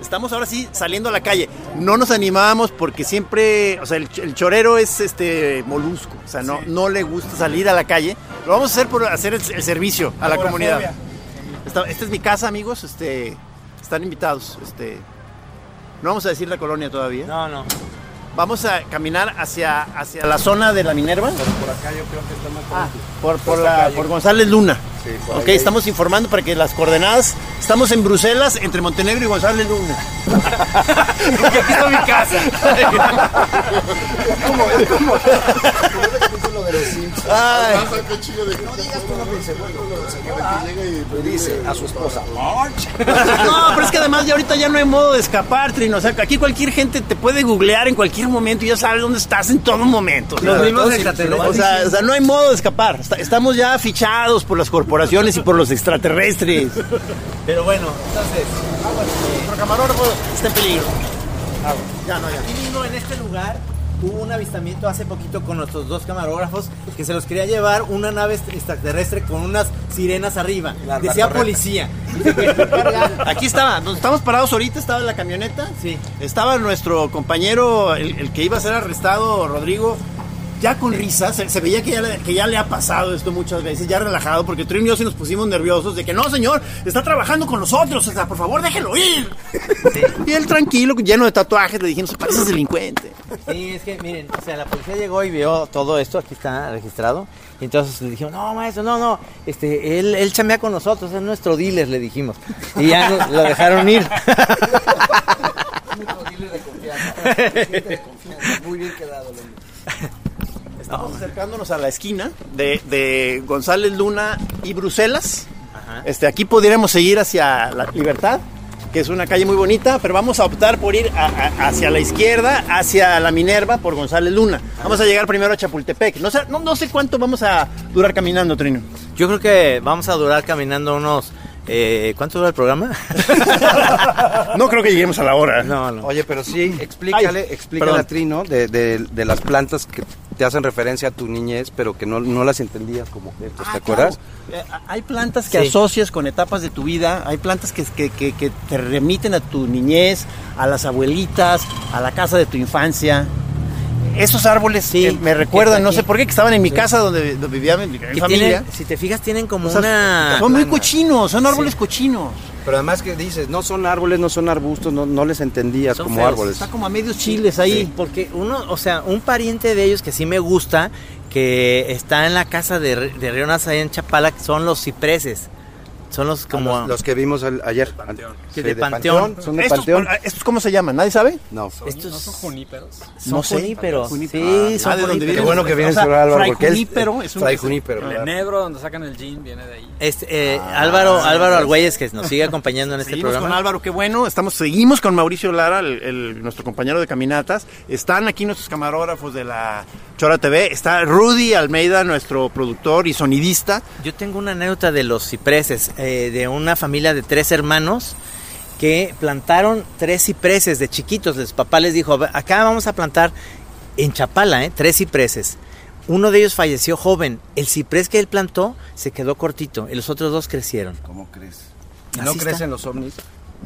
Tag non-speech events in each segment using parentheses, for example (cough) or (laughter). Estamos ahora sí saliendo a la calle. No nos animábamos porque siempre, o sea, el, ch- el chorero es este molusco, o sea, no, no le gusta salir a la calle. Lo vamos a hacer por hacer el, el servicio a la comunidad. Esta, esta es mi casa, amigos, este están invitados, este no vamos a decir la colonia todavía. No, no. Vamos a caminar hacia hacia la zona de la Minerva. Por acá yo creo que está más Ah, por, por, esta la, calle. por González Luna. Sí, por ok, ahí. estamos informando para que las coordenadas. Estamos en Bruselas, entre Montenegro y González Luna. Porque aquí está mi casa. capítulo de los Simpsons. Ay. Pasa, qué chido de No digas tú lo que se vuelve el señor Ah. que llega y le dice a su esposa. (laughs) no, pero es que además ya ahorita ya no hay modo de escapar, Trino. O sea, aquí cualquier gente te puede googlear en cualquier momento y ya sabes dónde estás en todo momento. Los mismos Entonces, extraterrestres. O sea, o sea, no hay modo de escapar. Está- estamos ya fichados por las corporaciones y por los extraterrestres. Pero bueno, entonces, nuestro camarógrafo está en peligro. Ya, no, ya. Aquí mismo en este lugar hubo un avistamiento hace poquito con nuestros dos camarógrafos que se los quería llevar una nave est- extraterrestre con unas sirenas arriba. Decía (laughs) policía. (laughs) Aquí estaba, donde estamos parados ahorita, estaba la camioneta. Sí. Estaba nuestro compañero, el, el que iba a ser arrestado, Rodrigo, ya con risa. Se, se veía que ya, le, que ya le ha pasado esto muchas veces, ya relajado, porque Trin y yo sí nos pusimos nerviosos de que no, señor, está trabajando con nosotros, o sea, por favor, déjelo ir. (laughs) Y él tranquilo, lleno de tatuajes, le dijimos, pareces delincuente. Sí, es que miren, o sea, la policía llegó y vio todo esto, aquí está registrado. Y entonces le dijeron, no, maestro, no, no, este, él, él chambea con nosotros, es nuestro dealer, le dijimos. Y ya nos- lo dejaron ir. Muy bien quedado, Lenin. Estamos acercándonos a la esquina de, de González Luna y Bruselas. Este, aquí podríamos seguir hacia la Libertad, que es una calle muy bonita, pero vamos a optar por ir a- a- hacia la izquierda, hacia la Minerva por González Luna. Vamos a llegar primero a Chapultepec. No sé, no, no sé cuánto vamos a durar caminando, Trino. Yo creo que vamos a durar caminando unos. eh, ¿Cuánto dura el (laughs) programa? No creo que lleguemos a la hora. No, no. Oye, pero sí, explícale, Ay, explícale perdón. a Trino de, de- de las plantas que te hacen referencia a tu niñez, pero que no, no las entendías como Ah, objetos, ¿te acuerdas? Eh, Hay plantas que Sí. asocias con etapas de tu vida, hay plantas que, que- que- que te remiten a tu niñez, a las abuelitas, a la casa de tu infancia. Esos árboles Sí, eh, me que recuerdan, está no sé aquí. por qué, que estaban en mi casa donde, donde vivía mi, mi Que familia. tienen- si te fijas, tienen como O sea, una. son muy plana. cochinos, son árboles cochinos. Pero además que dices, no son árboles, no son arbustos, no, no les entendías Son como feos, árboles. Está como a medios chiles ahí. Sí, porque uno, o sea, un pariente de ellos que sí me gusta, que está en la casa de, R- de Rionas ahí en Chapala, que son los cipreses. Son los como. Los, los que vimos el- ayer. Sí, Sí, de de Panteón. panteón. Son de ¿Estos, panteón. ah, ¿Estos cómo se llaman? ¿Nadie sabe? No. estos son No Son sé. coníperos. Juníperos. Sí, Ah, ¿de son dónde coníperos. vienen? Qué bueno que viene O sea, el señor Álvaro. Fray porque él- Junípero es un- Fray Junípero. El negro donde sacan el gin viene de ahí. Este, eh, Álvaro, Álvaro Argüelles, que nos sigue acompañando en este Seguimos programa. con Álvaro, qué bueno. Estamos, seguimos con Mauricio Lara, el- el- nuestro compañero de caminatas. Están aquí nuestros camarógrafos de la Chora TV. Está Rudy Almeida, nuestro productor y sonidista. Yo tengo una anécdota de los cipreses, eh, de una familia de tres hermanos que plantaron tres cipreses de chiquitos. Les papá les dijo, "A ver, acá vamos a plantar en Chapala, ¿eh? tres cipreses. Uno de ellos falleció joven. El ciprés que él plantó se quedó cortito y los otros dos crecieron. ¿Cómo crees? ¿Y ¿No Así crees está. en los ovnis?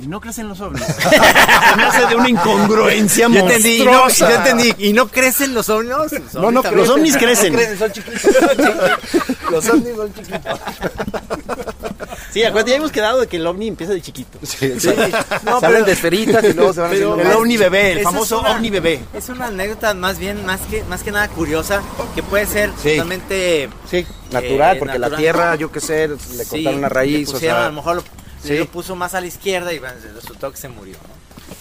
Y no crecen los ovnis. Se me hace de una incongruencia Yo entendí, y no, monstruosa. yo entendí. ¿Y no crecen los ovnis? No, no, los ovnis crecen. Son chiquitos. Los ovnis son chiquitos. Sí, acuérdate, ya hemos quedado de que el ovni empieza de chiquito. No, Salen de esferitas y luego se van Pero haciendo el más. ovni bebé, el Esa es famoso una- ovni bebé. Es una anécdota más bien, más que, más que nada curiosa, que puede ser Sí. totalmente Sí. Natural, eh, porque la natural. tierra, yo qué sé, le Sí, cortaron una raíz, le o pusieron, sea, a lo mejor lo, sí. lo puso más a la izquierda y bueno, resultó que se murió.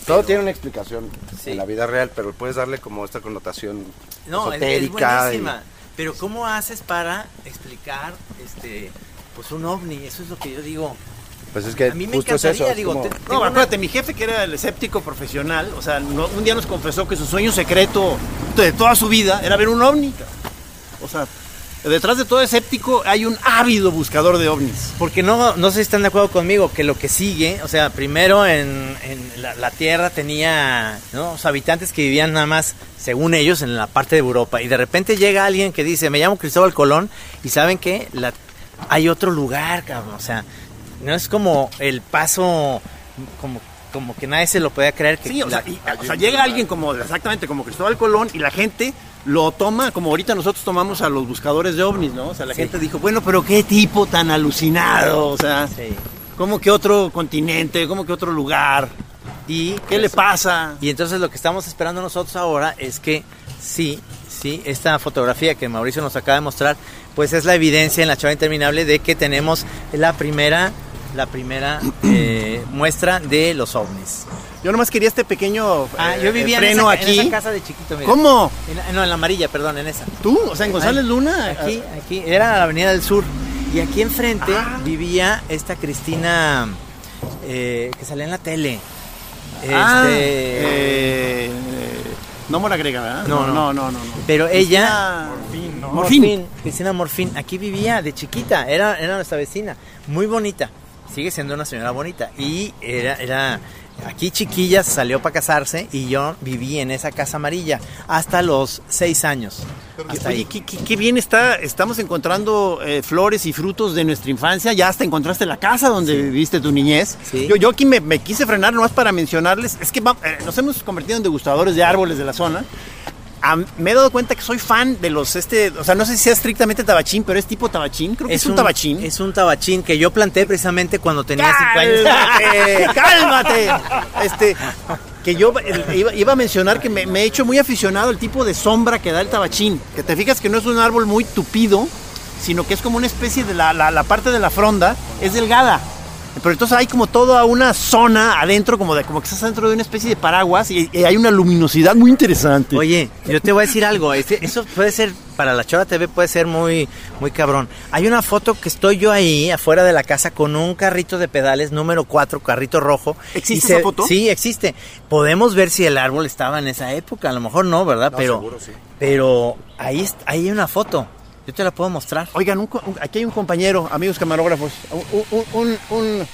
todo tiene una explicación Sí. en la vida real, pero puedes darle como esta connotación No, No, es- es, esotérica. y- buenísima. Pero ¿cómo haces para explicar este pues un ovni? Eso es lo que yo digo. Pues es que A mí me justo es encantaría, eso. es digo, como- te- No, acuérdate, mi jefe que era el escéptico profesional, o sea, no- un día nos confesó que su sueño secreto de toda su vida era ver un ovni. cabrón. O sea, detrás de todo escéptico hay un ávido buscador de ovnis. Porque no, no sé si están de acuerdo conmigo que lo que sigue, o sea, primero en, en la, la Tierra tenía ¿no? Los habitantes que vivían nada más, según ellos, en la parte de Europa. Y de repente llega alguien que dice, me llamo Cristóbal Colón, y ¿saben qué? La, hay otro lugar, cabrón. O sea, no es como el paso, como, como que nadie se lo podía creer. Que Sí, o la- sea, y- o sea, llega alguien como exactamente como Cristóbal Colón y la gente lo toma como ahorita nosotros tomamos a los buscadores de ovnis, ¿no? O sea, la Sí. gente dijo, bueno, pero qué tipo tan alucinado, o sea, Sí. ¿cómo que otro continente, cómo que otro lugar? Y ¿Qué le pasa? Y entonces lo que estamos esperando nosotros ahora es que sí, sí, esta fotografía que Mauricio nos acaba de mostrar, pues es la evidencia en la chava interminable de que tenemos la primera, (clears throat) la primera eh, muestra de los ovnis. Yo nomás quería este pequeño Ah, eh, yo vivía en freno esa, en aquí. esa casa de chiquito. mira. ¿Cómo? En la- no, en la amarilla, perdón, en esa. ¿Tú? O sea, en González Ahí. Luna. eh, Aquí, aquí, era la Avenida del Sur. Y aquí enfrente vivía esta Cristina eh, que salía en la tele. Ah, Este, eh, eh, no mora griega, ¿verdad? No, no, no, no. no. pero ella, Ah, Morfín. Morfín. Cristina Morfín. Aquí vivía de chiquita, era, era nuestra vecina, muy bonita. Sigue siendo una señora bonita. Y era, era aquí chiquilla, salió para casarse y yo viví en esa casa amarilla hasta los seis años. Hasta Oye, ahí. qué, qué- qué bien está, estamos encontrando eh, flores y frutos de nuestra infancia. Ya hasta encontraste la casa donde viviste tu niñez. Sí. Yo, yo aquí me, me quise frenar nomás para mencionarles, es que va- eh, nos hemos convertido en degustadores de árboles de la zona. Ah, me he dado cuenta que soy fan de los, este, o sea, no sé si sea estrictamente tabachín, pero es tipo tabachín, creo que es, un, tabachín. Es un tabachín que yo planté precisamente cuando tenía cinco años. ¡Cálmate! (laughs) ¡Cálmate! Este, que yo eh, iba, iba a mencionar que me, me he hecho muy aficionado al tipo de sombra que da el tabachín. Que te fijas que no es un árbol muy tupido, sino que es como una especie de la, la- la parte de la fronda, es delgada. Pero entonces hay como toda una zona adentro, como, de, como que estás dentro de una especie de paraguas y, y hay una luminosidad muy interesante. Oye, yo te voy a decir algo. este- eso puede ser, para la Chora TV puede ser muy, muy cabrón. Hay una foto que estoy yo ahí afuera de la casa con un carrito de pedales número 4, carrito rojo. ¿Existe Y esa foto? Sí, existe. Podemos ver si el árbol estaba en esa época. A lo mejor no, ¿verdad? pero pero ahí, est- ahí hay una foto. Yo te la puedo mostrar. (laughs) Oigan, un co- un- aquí hay un compañero, amigos camarógrafos, un, un- un- un-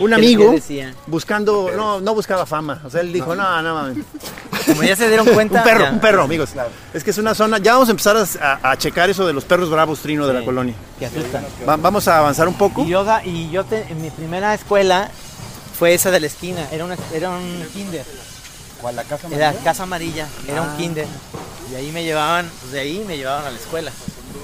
un ¿Qué- amigo qué decía? buscando, no, no buscaba fama. O sea, él dijo, no, no, mames. Como ya se dieron cuenta. Un perro, ya. un perro, amigos. Es que es una zona, ya vamos a empezar a, a- a checar eso de los perros bravos trino de la colonia. Te asustan. Va- vamos a avanzar un poco. Y yo, da- y yo te- en mi primera escuela fue esa de la esquina. Era, una, era un kinder. ¿Cuál, la casa Era amarilla? casa amarilla, era un kinder. Y ahí me llevaban, pues, de ahí me llevaban a la escuela.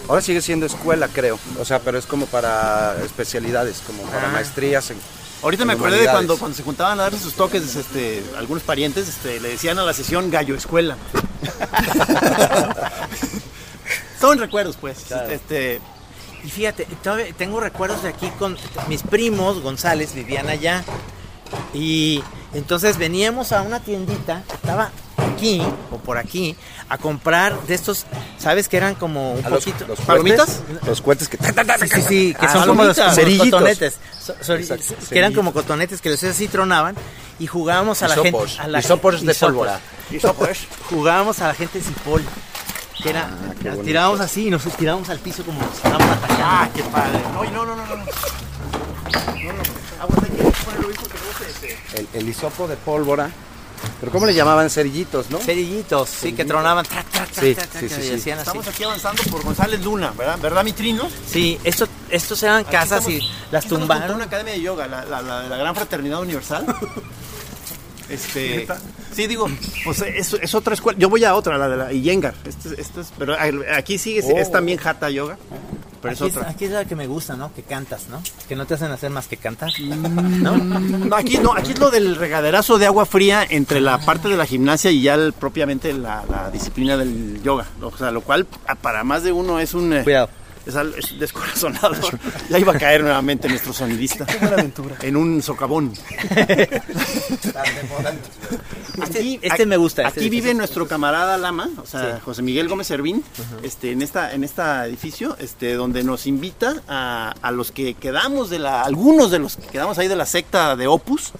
Ahora sigue siendo escuela, creo. O sea, pero es como para especialidades, como Ah. para maestrías. en- Ahorita me en acordé de cuando, humanidades. cuando se juntaban a darse sus toques, este, algunos parientes este, le decían a la sesión gallo escuela. (laughs) Son recuerdos, pues. Este, Y fíjate, todavía tengo recuerdos de aquí con mis primos, González, vivían allá. Y entonces veníamos a una tiendita, que estaba aquí o por aquí, a comprar de estos, ¿sabes? Que eran como un A los, poquito... los ¿Palomitas? cohetes- Los cohetes que... Sí, sí, sí, que Ah, son como palomitas. los, como los Cerillitos. cotonetes. So- sorry, Exacto, que eran cerillitos. como cotonetes que los así tronaban y jugábamos a la Hisopos, gente. A la hisopos de hisopos. pólvora. pues. Jugábamos a la gente cipol. Que era, Ah, qué bonito. tirábamos así y nos tirábamos al piso como nos estábamos atacando. ah, qué padre. Oye, no, no, no, no. no. No, no. Aguanta, hay que ponerlo bien porque luego se- se- El, el hisopo de pólvora. Pero ¿cómo le llamaban? Cerillitos, ¿no? Cerillitos, sí, que tronaban. tra, tra, tra, Sí, tra, tra, sí, que sí, sí. hacían así. Estamos aquí avanzando por González Luna, ¿verdad? ¿Verdad, mi trino? Sí, esto, estos eran Aquí casas estamos- y las aquí estamos junto a tumbaron. una academia de yoga, la, la- la de la Gran Fraternidad Universal. (laughs) Este, sí, digo, pues es, es otra escuela. Yo voy a otra, la de la Iyengar. Este, es- este es- pero a- aquí sigue, es también Hatha Yoga. pero es Oh. aquí es, otra. aquí es la que me gusta, ¿no? Que cantas, ¿no? Que no te hacen hacer más que cantar, Mm. (laughs) ¿no? No, aquí no, aquí es lo del regaderazo de agua fría entre la parte de la gimnasia y ya el- propiamente la, la disciplina del yoga. O sea, lo cual a- para más de uno es un eh, Cuidado. es, al- es descorazonado. (laughs) Ya iba a caer nuevamente nuestro sonidista. En un socavón. Aquí- este me gusta, Aquí este edificio. vive nuestro camarada Lama, o sea, Sí. José Miguel Gómez Servín, este, en esta, en esta edificio, este, donde nos invita a, a los que quedamos de la, algunos de los que quedamos ahí de la secta de Opus,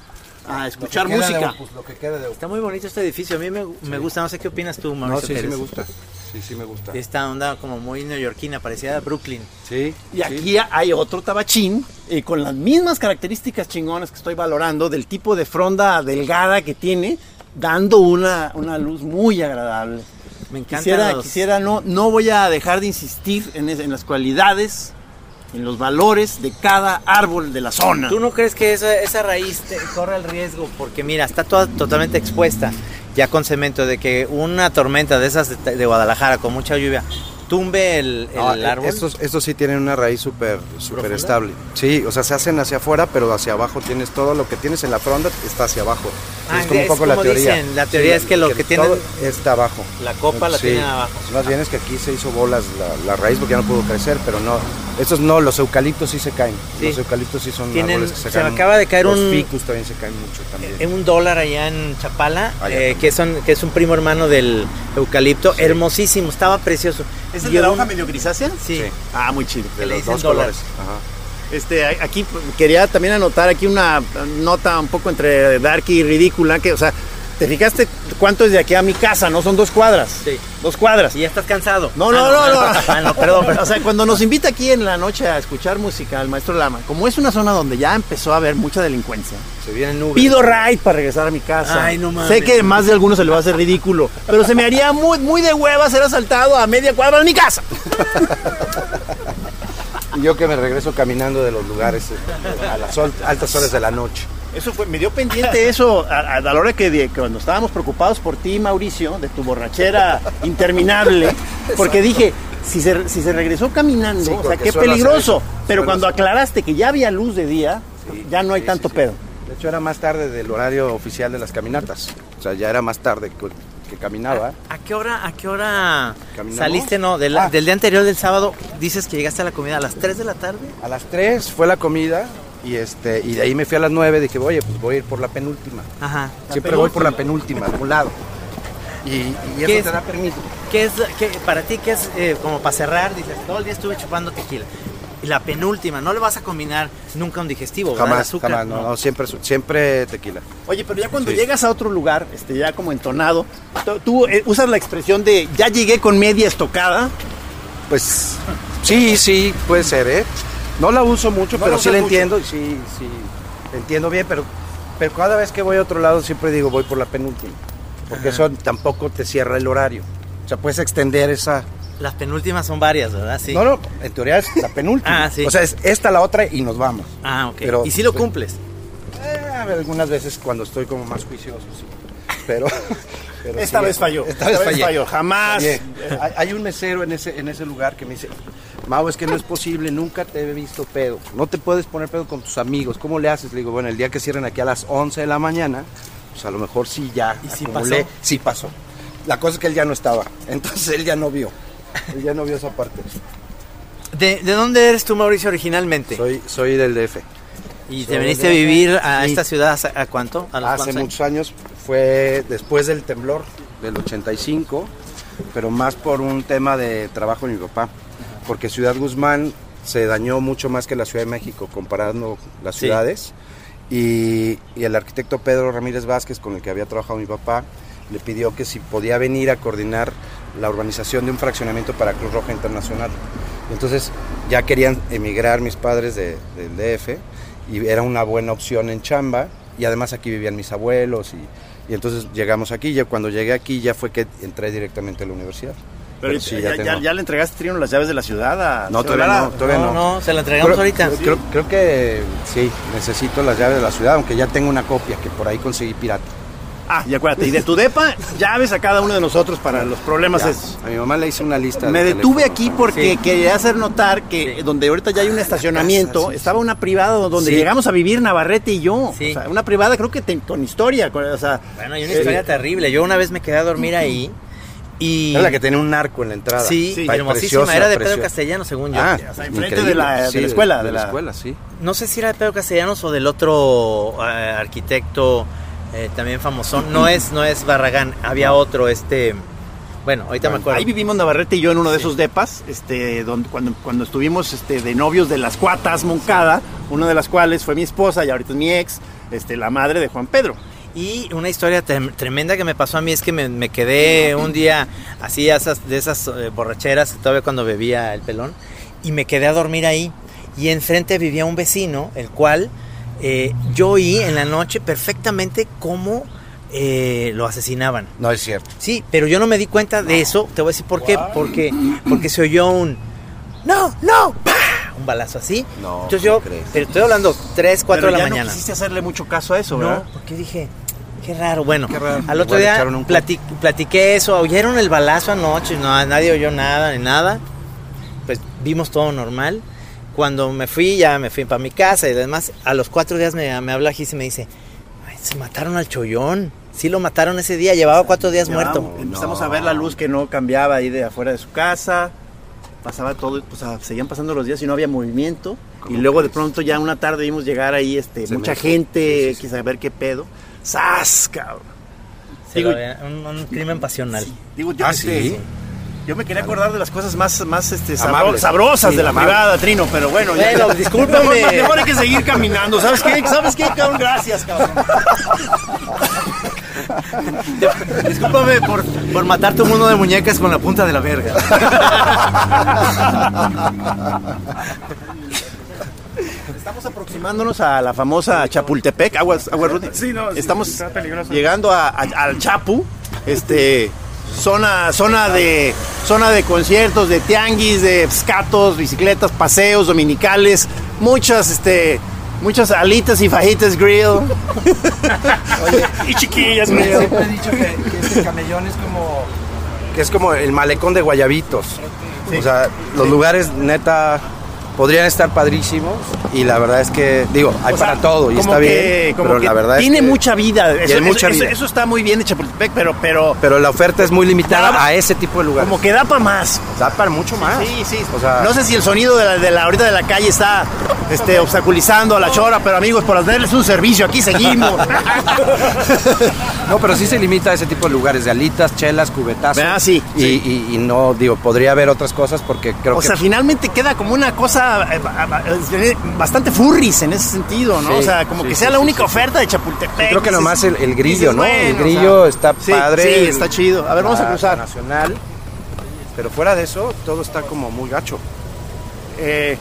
a escuchar Queda de música. Opus, lo que queda de Opus. Está muy bonito este edificio, a mí me, me gusta, no sé qué opinas tú, No, Mauricio sí, sí Pérez. me gusta. Sí, sí me gusta. Esta onda como muy neoyorquina, parecía Brooklyn. Sí. Y aquí hay otro tabachín eh, con las mismas características chingonas que estoy valorando, del tipo de fronda delgada que tiene, dando una, una luz muy agradable. Me encanta. Quisiera, quisiera no, no voy a dejar de insistir en, es- en las cualidades, en los valores de cada árbol de la zona. ¿Tú no crees que esa, esa raíz te- corre el riesgo? Porque mira, está toda totalmente expuesta, ya con cemento, de que una tormenta de esas de, de Guadalajara con mucha lluvia tumbe el, el No, Ah, eh, árbol. Estos, estos sí tienen una raíz súper súper estable. Sí, o sea, se hacen hacia afuera, pero hacia abajo tienes todo lo que tienes en la fronda está hacia abajo. Ah, es como dicen, la teoría es que lo que tienen- todo está abajo. La copa la tienen abajo. Más bien es que aquí se hizo bolas la, la raíz porque ya no pudo crecer, pero no. Estos no, los eucaliptos sí se caen. Sí. Los eucaliptos sí son Tienen- árboles que se se me caen. acaba de caer los un- Eh, ficus también se caen mucho también. En un dólar allá en Chapala, Ah, Allá eh, también. que, son, que es un primo hermano del eucalipto, hermosísimo, estaba precioso. ¿Es el Y de la un- hoja medio grisácea? Sí. Sí. Ah, muy chido. que de le los dicen dos dólares. colores. Ajá. Este, a- aquí pues, quería también anotar aquí una nota un poco entre dark y ridícula, que, o sea, ¿te fijaste cuánto es de aquí a mi casa? No son dos cuadras. Sí. Dos cuadras. Y ya estás cansado. No, Ah, no, no, no. Ah, no, perdón, perdón. O sea, cuando nos invita aquí en la noche a escuchar música al maestro Lama, como es una zona donde ya empezó a haber mucha delincuencia, Se vienen nubes. pido ride para regresar a mi casa. Ay, no mames. Sé que más de algunos se le va a hacer ridículo, pero se me haría muy, muy de hueva ser asaltado a media cuadra de mi casa. Y Yo que me regreso caminando de los lugares eh, a las ol- altas horas de la noche. Eso fue, me dio (laughs) pendiente eso a, a la hora que de- cuando estábamos preocupados por ti, Mauricio, de tu (laughs) borrachera interminable, porque dije, si se, si se regresó caminando, Sí, o sea, porque qué suele peligroso. hacer eso. Pero Suele cuando hacer. aclaraste que ya había luz de día, ya no hay Sí, tanto sí, sí. pedo. De hecho, era más tarde del horario oficial de las caminatas. O sea, ya era más tarde que, que caminaba. ¿A qué hora, a qué hora ¿Caminamos? saliste? No, del, Ah. del día anterior, del sábado, dices que llegaste a la comida a las 3 de la tarde. A las 3 fue la comida y este y de ahí me fui a las 9. Dije, oye, pues voy a ir por la penúltima. Ajá. Siempre voy por la penúltima, a algún lado. Y, y ¿Qué eso es? te da permiso. ¿Qué es, qué- para ti, qué es eh, como para cerrar? Dices, todo el día estuve chupando tequila. Y la penúltima, no le vas a combinar nunca un digestivo, ¿verdad? Jamás, Azúcar, jamás. No, no, siempre, su- siempre tequila. Oye, pero ya cuando Sí. llegas a otro lugar, este, ya como entonado, tú- tú eh, usas la expresión de ya llegué con media estocada. Pues sí, sí, puede ser, ¿eh? No la uso mucho, No la pero sí usas la mucho. entiendo. y Sí, sí, la entiendo bien, pero, pero cada vez que voy a otro lado siempre digo voy por la penúltima. Porque eso tampoco te cierra el horario. O sea, puedes extender esa... Las penúltimas son varias, ¿verdad? Sí. No, no, en teoría es la penúltima. Ah, sí. O sea, es esta, la otra y nos vamos. Ah, ok. Pero- y si lo cumples. Eh, a ver, algunas veces cuando estoy como más juicioso, sí. (laughs) Pero... pero Esta sí, vez falló. Esta vez, fallé. falló. Jamás. Oye, hay- hay un mesero en ese, en ese lugar que me dice, Mau, es que no es posible, nunca te he visto pedo. No te puedes poner pedo con tus amigos. ¿Cómo le haces? Le digo, bueno, el día que cierren aquí a las 11 de la mañana, pues a lo mejor sí ya ¿Y sí acumulé". pasó? Sí pasó. La cosa es que él ya no estaba. (laughs) Entonces él ya no vio. Él ya no vio esa parte. ¿De, de dónde eres tú, Mauricio, originalmente? Soy, soy del DF. y te soy viniste a de- vivir a Sí. esta ciudad hace- a cuánto? ¿A los Hace cuántos años? muchos años fue después del temblor del 85, pero más por un tema de trabajo de mi papá, porque Ciudad Guzmán se dañó mucho más que la Ciudad de México comparando las Sí. ciudades y, y el arquitecto Pedro Ramírez Vázquez con el que había trabajado mi papá le pidió que si podía venir a coordinar la urbanización de un fraccionamiento para Cruz Roja Internacional. Entonces ya querían emigrar mis padres de- del DF y era una buena opción en chamba y además aquí vivían mis abuelos y, y entonces llegamos aquí. Ya cuando llegué aquí ya fue que entré directamente a la universidad. Pero Pero sí, Pues ya, ya ya- tengo. ya le entregaste Trino las llaves de la ciudad a No, todavía Celara. no, todavía no. No, no, se la entregamos Creo- ahorita. Creo, creo que sí, necesito las llaves de la ciudad, aunque ya tengo una copia que por ahí conseguí pirata. Ah, y acuérdate, y de tu depa, llaves a cada uno de nosotros para los problemas Ya, esos. A mi mamá le hice una lista. Me de detuve teléfonos. aquí porque Sí. quería hacer notar que donde ahorita ya hay un estacionamiento, casa, sí, sí. estaba una privada donde Sí. llegamos a vivir Navarrete y yo. O Sí. sea, una privada creo que te- con historia. con- o sea, Bueno, hay una eh, historia terrible. Yo una vez me quedé a dormir ahí y... Era la que tenía un narco en la entrada. Sí, Sí, Ay, hermosísima. Era de Pedro preciosa. Castellano, según yo. Ah, sea, increíble. enfrente de la- de Sí, la escuela, de De la la- escuela, sí. No sé si era de Pedro Castellanos o del otro eh, arquitecto eh, también famosón. No es, no es Barragán, había otro, este. Bueno, ahorita me acuerdo. Ahí vivimos Navarrete y yo en uno de esos depas, este, donde, cuando, cuando estuvimos este, de novios de las cuatas Moncada, una de las cuales fue mi esposa y ahorita es mi ex, este, la madre de Juan Pedro. Y una historia trem- tremenda que me pasó a mí es que me, me quedé un día así a esas, de esas eh, borracheras, todavía cuando bebía el pelón, y me quedé a dormir ahí. Y enfrente vivía un vecino, el cual eh, yo oí en la noche perfectamente cómo eh, lo asesinaban. No es cierto. Sí, pero yo no me di cuenta de eso. Te voy a decir por qué. Porque, porque se oyó un... No, no. ¡pah! Un balazo así. No, Entonces ¿cómo yo... crees? Pero estoy hablando 3, 4 Pero de la ya mañana. No quisiste hacerle mucho caso a eso, No, ¿verdad? porque dije, qué raro. Bueno, raro. al otro Igual día echaron un cu- plati- platiqué eso, oyeron el balazo anoche, no, nadie oyó nada ni nada. Pues vimos todo normal. Cuando me fui, ya me fui para mi casa y demás, a los cuatro días me, me habla Gis y me dice, "Ay, se mataron al chollón. Sí lo mataron ese día, llevaba cuatro días muerto. Llevamos- Empezamos a ver la luz que no cambiaba ahí de afuera de su casa. Pasaba todo, pues ah, seguían pasando los días y no había movimiento. Y ¿Cómo luego de crees? pronto ya una tarde vimos llegar ahí este, Se mucha me- gente, sí, sí, sí. que saber qué pedo. ¡Sas, cabrón! Se Digo, lo había- un, un crimen pasional. Digo, yo, Ah, este, ¿sí? yo me quería acordar de las cosas más, más este, sabro- Amables. sabrosas Sí, de la amables. privada, Trino, pero bueno. Bueno, (laughs) discúlpame. Mejor, mejor hay que seguir caminando. ¿Sabes qué? ¿Sabes qué, cabrón? Gracias, (laughs) cabrón. Discúlpame por, por matar tu mundo de muñecas con la punta de la verga. Ah. (laughs) Estamos aproximándonos a la famosa Chapultepec, Aguas, Aguas Rudy. Sí, no, sí, Estamos está peligroso. llegando a- a- al Chapu, este zona zona de zona de conciertos, de tianguis, de pescatos, bicicletas, paseos dominicales, muchas este muchas alitas y fajitas (laughs) grill. Y chiquillas, Yo güey. siempre he dicho que, que este camellón es como. Que es como el malecón de Guayabitos. O sea, los lugares neta podrían estar padrísimos y la verdad es que, digo, hay O sea, para todo y como está que- bien, como pero que la verdad es tiene que- mucha vida. Eso, eso- hay mucha eso- vida. eso está muy bien de Chapultepec, pero pero Pero la oferta es muy limitada a ese tipo de lugares. como que da para más. da para mucho más. Sí, sí. O sea, no sé si el sonido de la, de la ahorita de la calle está este, obstaculizando a la chora, pero amigos, por hacerles un servicio, aquí (laughs) seguimos. No, pero sí se limita a ese tipo de lugares, de alitas, chelas, cubetazos. Ah, sí, Y, y- y no, digo, podría haber otras cosas porque creo o que... sea, finalmente queda como una cosa eh, ba- ba- eh, bastante furris en ese sentido, ¿no? Sí, o sea, como sí, que sí, sea la sí, única sí, oferta de Chapultepec. creo que Dices- nomás el, el grillo, dices, ¿no? el bueno, grillo o sea, está sí, padre. Ah, Sí, está chido. A ver, vamos a La cruzar. Nacional. Pero fuera de eso, todo está como muy gacho. Eh,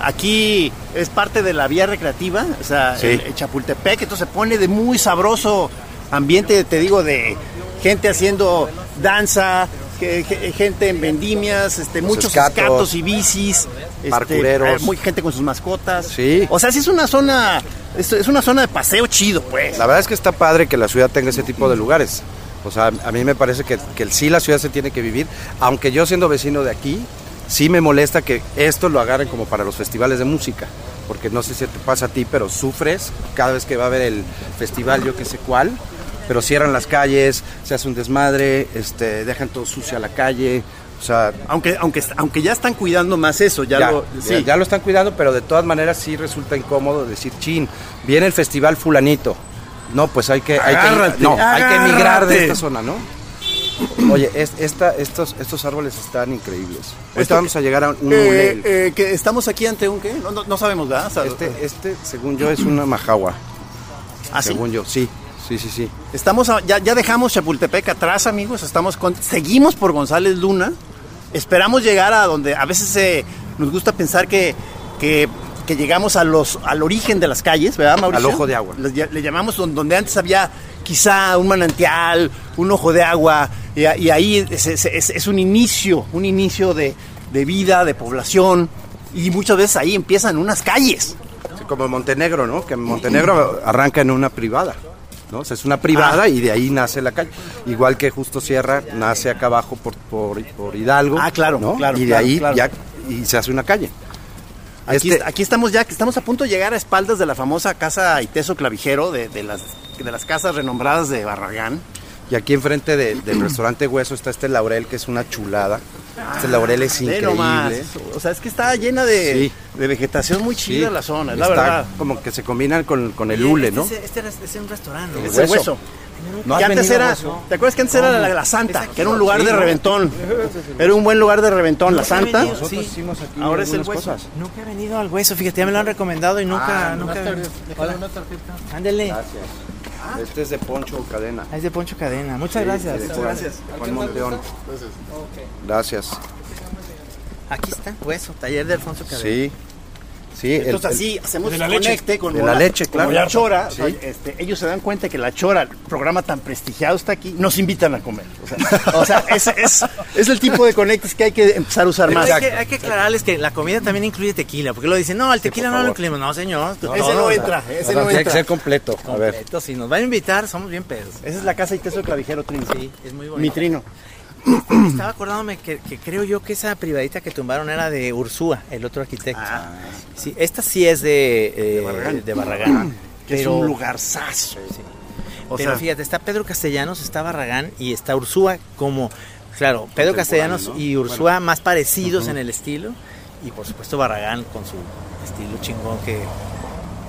aquí es parte de la vía recreativa, o sea, Sí. el, el Chapultepec, entonces se pone de muy sabroso ambiente, te digo, de gente haciendo danza, que- que- gente en vendimias, este, muchos escatos. escatos y bicis, este, Parkureros. eh, muy gente con sus mascotas. Sí. O sea, sí es una zona, es, es una zona de paseo chido, pues. La verdad es que está padre que la ciudad tenga ese tipo de lugares. O sea, a mí me parece que, que sí la ciudad se tiene que vivir, aunque yo siendo vecino de aquí, sí me molesta que esto lo agarren como para los festivales de música. Porque no sé si te pasa a ti, pero sufres cada vez que va a haber el festival, yo qué sé cuál. Pero cierran las calles, se hace un desmadre, este, dejan todo sucia la calle. O sea, Aunque, aunque, aunque ya están cuidando más eso, ya, ya, lo... ya- sí. ya lo están cuidando, pero de todas maneras sí resulta incómodo decir, chin, viene el festival fulanito. No, pues hay que, hay que, Agárrate, no, hay que emigrar de agárrate. esta zona, ¿no? (clears throat) Oye, es- esta- estos, estos árboles están increíbles. Esto Ahorita vamos a llegar a Eh, un ulel. eh, que estamos aquí ante un qué? No, no- no sabemos, ¿verdad? O sea, Este, este, según yo, es una majagua. ¿ah, sí? según yo, sí, sí, sí, sí. Estamos a- ya, ya dejamos Chapultepec atrás, amigos. Estamos con- seguimos por González Luna. Esperamos llegar a donde a veces eh, nos gusta pensar que, que, que llegamos a los, al origen de las calles, ¿verdad, Mauricio? Al ojo de agua. Le, ll- le llamamos don- donde antes había quizá un manantial, un ojo de agua, y, a- y ahí es, es- es- es un inicio, un inicio de, de vida, de población, y muchas veces ahí empiezan unas calles. Sí, Como Montenegro, ¿no? Que Montenegro arranca en una privada. ¿no? O sea, es una Ah. privada y de ahí nace la calle. Igual que Justo Sierra nace acá abajo por, por, por Hidalgo. Ah, claro, ¿no? claro, Y de claro, ahí claro. ya y se hace una calle. Aquí, Este- aquí estamos ya, que estamos a punto de llegar a espaldas de la famosa casa Iteso Clavijero, de, de las, de las casas renombradas de Barragán. Y aquí enfrente de- (clears throat) del restaurante Hueso está este laurel que es una chulada. Este laurel es Ah, Ve increíble. nomás, O sea, es que está llena de, Sí. de vegetación muy Sí. chida la zona, es la Está verdad. Como que se combinan con, con el hule, ¿no? Este, es un restaurante. Es el hueso. hueso. ¿No has que antes venido a era, Hueso? ¿te acuerdas que antes era la, la Santa? Que era un lugar Sí, de ¿no? reventón. (laughs) Era un buen lugar de reventón, la Santa. venido. Sí. hicimos aquí Ahora es el algunas Ah, Hueso. Nunca he venido al hueso, fíjate, ya me lo han recomendado y nunca, nunca. Hola. Ándele, Gracias. Este es de Poncho Cadena. es de Poncho Cadena. Muchas gracias. Muchas gracias. Juan Monteón. Gracias. Aquí está, hueso, taller de Alfonso Cadena. Sí. Sí, el- Entonces el- así hacemos de un la leche. conecte con De Mola- la leche, como claro. la chora. Sí. o sea, este, ellos se dan cuenta que la chora, el programa tan prestigiado está aquí, nos invitan a comer. O sea, o sea, es, es- es el tipo de conectes que hay que empezar a usar Pero más. hay, que, hay que aclararles que la comida también incluye tequila, porque lo dicen, no, el tequila por no lo favor. incluimos. No, señor. Ese no entra, ah, ese no tiene que entra. ser completo. A ver. Completo, si nos van a invitar, somos bien pedos. Esa es la casa y queso clavijero Trino. Sí, es muy Mi bonito. Trino. Estaba acordándome que, que creo yo que esa privadita que tumbaron era de Ursúa, el otro arquitecto. Ah, Ah, Sí, esta sí es de, eh, de Barragán. (clears throat) (clears throat) Que pero, es un lugar saso. O pero sea, fíjate, está Pedro Castellanos, está Barragán y está Ursúa como, claro, Pedro Castellanos ¿no? y Ursúa más parecidos en el estilo. Y por supuesto Barragán con su estilo chingón que...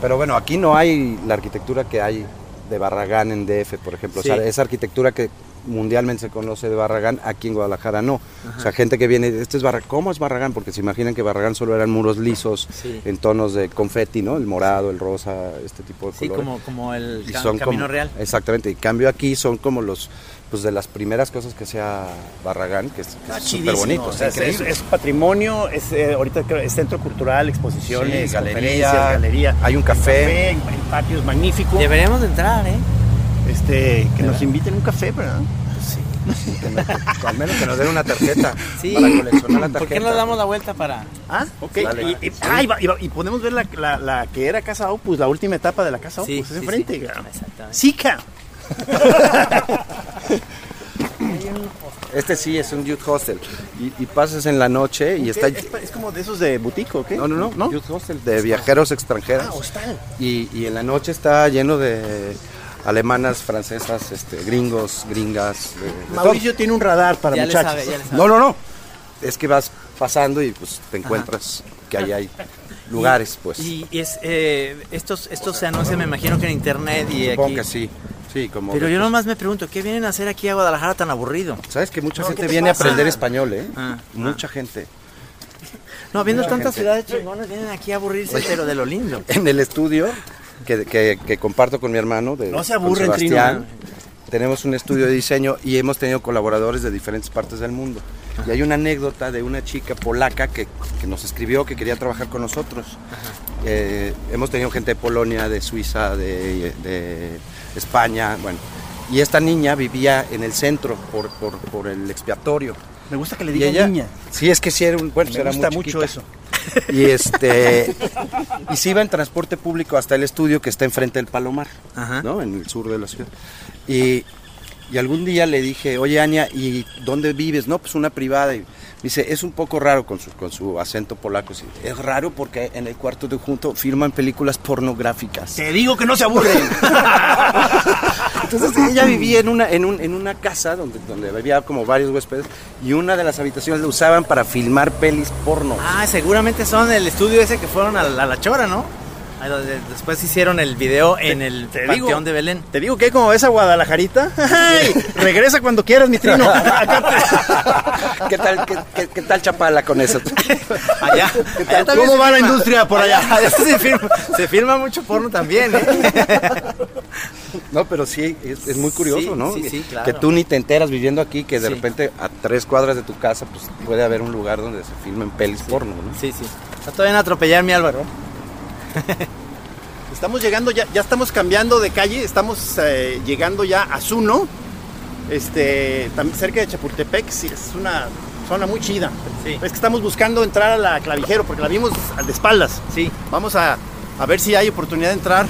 Pero bueno, aquí no hay la arquitectura que hay de Barragán en DF, por ejemplo. O Sí. sea, esa arquitectura que mundialmente se conoce de Barragán, aquí en Guadalajara no. O sea, gente que viene, este es Barragán, ¿cómo es Barragán? Porque se imaginan que Barragán solo eran muros lisos Sí. en tonos de confeti, ¿no? El morado, el rosa, este tipo de Sí, colores. como, como el Y ca- son Camino como- Real. Exactamente, y cambio aquí son como los, pues de las primeras cosas que sea Barragán, que es está súper bonito, chidísimo, o sea, es, increíble. es- es patrimonio, es eh, ahorita creo, es centro cultural, exposiciones, Sí, galería, conferencias, galería. hay un café. el patio es magnífico. Deberíamos de entrar, ¿eh? Este, que nos inviten un café, ¿verdad? Pues (laughs) Al menos que nos den una tarjeta Sí. para coleccionar la tarjeta. ¿Por qué no damos la vuelta para...? Ah, ok. Dale. Y, y- ah, y va- y va- y podemos ver la, la- la que era Casa Opus, la última etapa de la Casa Sí, Opus, pues, es sí, enfrente. sí. cabrón. Exactamente. Sí, cabrón. Este sí es un youth hostel. Y, y pasas en la noche y está. ¿Qué? Eh, ¿Es, pa- es como de esos de boutique o qué? No, no, no, ¿No? Youth hostel de viajeros extranjeros. Ah, hostal. Y, y en la noche está lleno de alemanas, francesas, este, gringos, gringas. de- de todo. Mauricio tiene un radar para Ya le muchachos. sabe, ya le sabe. No, no, no. Es que vas pasando y pues te encuentras que ahí hay lugares, pues. Y y es, eh, estos, estos se anuncian, me imagino que en internet y Supongo aquí. que sí. Sí, como. Pero de- yo nomás me pregunto, ¿qué vienen a hacer aquí a Guadalajara tan aburrido? Sabes que mucha No, ¿qué gente te viene a pasa? aprender español, ¿eh? Ah, mucha gente. No, habiendo tantas gente. ciudades chingonas, vienen aquí a aburrirse, pero de lo lindo. (laughs) en el estudio que, que- que comparto con mi hermano. De, No se con aburren, Trino. Sebastián. Tenemos un estudio de diseño y hemos tenido colaboradores de diferentes partes del mundo. Y hay una anécdota de una chica polaca que, que nos escribió que quería trabajar con nosotros. Eh, hemos tenido gente de Polonia, de Suiza, de, de España, bueno. Y esta niña vivía en el centro, por, por- por el expiatorio. (laughs) Me gusta que le Y diga ella, niña. sí, es que sí era un, bueno, Me era gusta muy mucho chiquita. eso. (laughs) Y este y se iba en transporte público hasta el estudio que está enfrente del Palomar, Ajá. ¿no? En el sur de la ciudad. Y, y algún día le dije, oye Ania, ¿y dónde vives? No, pues una privada. Y me dice, es un poco raro con su, con su acento polaco. sí. es raro porque en el cuarto de junto firman películas pornográficas. Te digo que no se aburren. Entonces ella vivía en una, en un- en una casa donde, donde había como varios huéspedes y una de las habitaciones la usaban para filmar pelis porno. (laughs) Ah, seguramente son el estudio ese que fueron a la, a la Chora, ¿no? A donde Después hicieron el video en el te Panteón digo. de Belén. Te digo que como ves a (laughs) Guadalajarita, ¡ay! regresa cuando quieras, mi trino. (laughs) ¿Qué tal, qué, qué- qué tal Chapala con eso? Allá. ¿Qué tal? allá también ¿Cómo se va la firma. industria por allá? Allá (laughs) se firma, se firma mucho porno también, (laughs) ¿eh? (laughs) No, pero sí, es, es muy curioso, Sí, ¿no? sí, sí, claro. Que tú ni te enteras viviendo aquí, que de Sí. repente a tres cuadras de tu casa pues puede haber un lugar donde se filmen pelis porno, ¿no? Sí, sí. Está todavía en atropellar mi Álvaro. Estamos llegando, ya, ya estamos cambiando de calle, estamos eh, llegando ya a Zuno, este, tam- cerca de Chapultepec, sí, es una zona muy chida. Sí. Es que estamos buscando entrar a la clavijero porque la vimos al de espaldas. Sí. Vamos a, a ver si hay oportunidad de entrar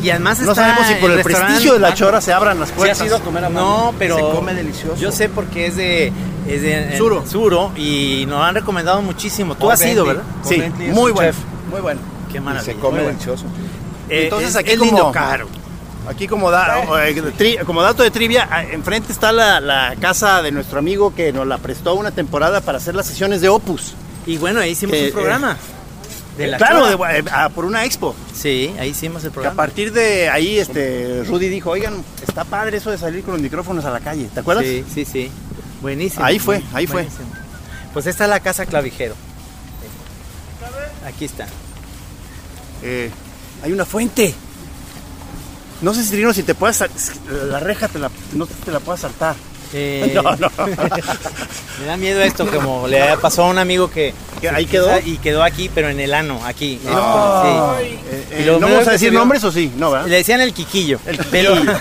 y además No está sabemos si por el restaurante- prestigio de la chora se abran las ¿Sí puertas. has ido a comer a Mamo? No, pero. Se come delicioso. Yo sé porque es de. Es de Suro. Suro. Y nos han recomendado muchísimo. Tú Oh, has ido, Bentley. ¿verdad? Con Sí, Bentley es muy un bueno. chef. Muy bueno. Qué Y maravilla. se come Muy bueno. delicioso. Eh, Entonces, es- aquí es lindo como- caro. Aquí como, da- o, eh, tri- como dato de trivia, a- enfrente está la, la casa de nuestro amigo que nos la prestó una temporada para hacer las sesiones de Opus. Y bueno, ahí hicimos Eh, un programa. de la claro, Chora. de- eh, a- por una expo. Sí, ahí hicimos Que el a programa. partir de ahí, este, Rudy dijo, oigan, está padre eso de salir con los micrófonos a la calle, ¿te acuerdas? Sí, sí, sí. Buenísimo. Ahí fue, ahí fue. Buenísimo. Pues esta es la casa clavijero. Aquí está. Eh, hay una fuente. No sé, Cirino, si te puedes... sal- La reja te la, no te la puedes saltar. Eh, (laughs) No, (laughs) no. me da miedo esto, como le pasó a un amigo que. ¿Que ahí quedó? Y quedó aquí, pero en el ano, aquí. Este, No. Eh, Sí. Eh, Y eh, lo ¿No primero vamos que a decir se vio- nombres o sí? No, ¿verdad? Le decían el quiquillo. El Pero, quiquillo.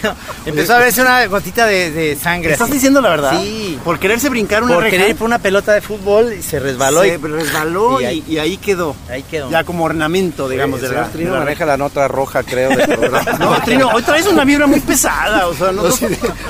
pero (laughs) empezó a verse una gotita de, de sangre. ¿Estás así. diciendo la verdad? Sí. Por quererse brincar una Por reja. querer ir por una pelota de fútbol y se resbaló. se y resbaló y, y y ahí- ahí, quedó. ahí quedó. Pues, Ya como ornamento, digamos, El de señor la, Trino de la reja. maneja la nota roja, creo, (laughs) del programa. No, Trino, hoy traes una vibra muy pesada, o sea, (laughs) no, no-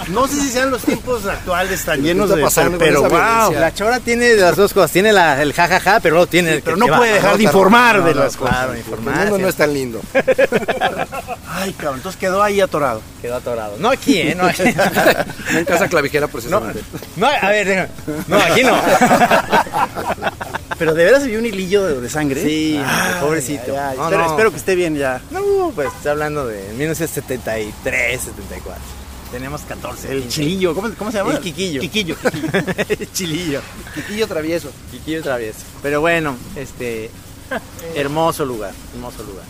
no sé si sean los tiempos actuales tan llenos está de pasando con pero esa wow. violencia? La chora tiene de las dos cosas. Tiene la- el jajaja, pero luego tiene. el que pero no se va. puede dejar de No, informar no, de no, las cosas. Claro, El mundo no información. es tan lindo. (laughs) Ay, cabrón, entonces quedó ahí atorado. Quedó atorado. No aquí, ¿eh? No, aquí. (laughs) No en casa clavijera, precisamente. No, a ver, déjame. No, aquí no. (laughs) Pero de veras se vio un hilillo de, de sangre. Sí, Ay, pobrecito. ay, ay, No, espero, no. espero que esté bien ya. No, pues está hablando de 1973, 74. Tenemos 14. El (laughs) chilillo, ¿cómo, cómo se llama? El quiquillo. Quiquillo. chilillo. Chiquillo travieso. Chiquillo travieso. Pero bueno, (laughs) este. Hermoso lugar, hermoso lugar.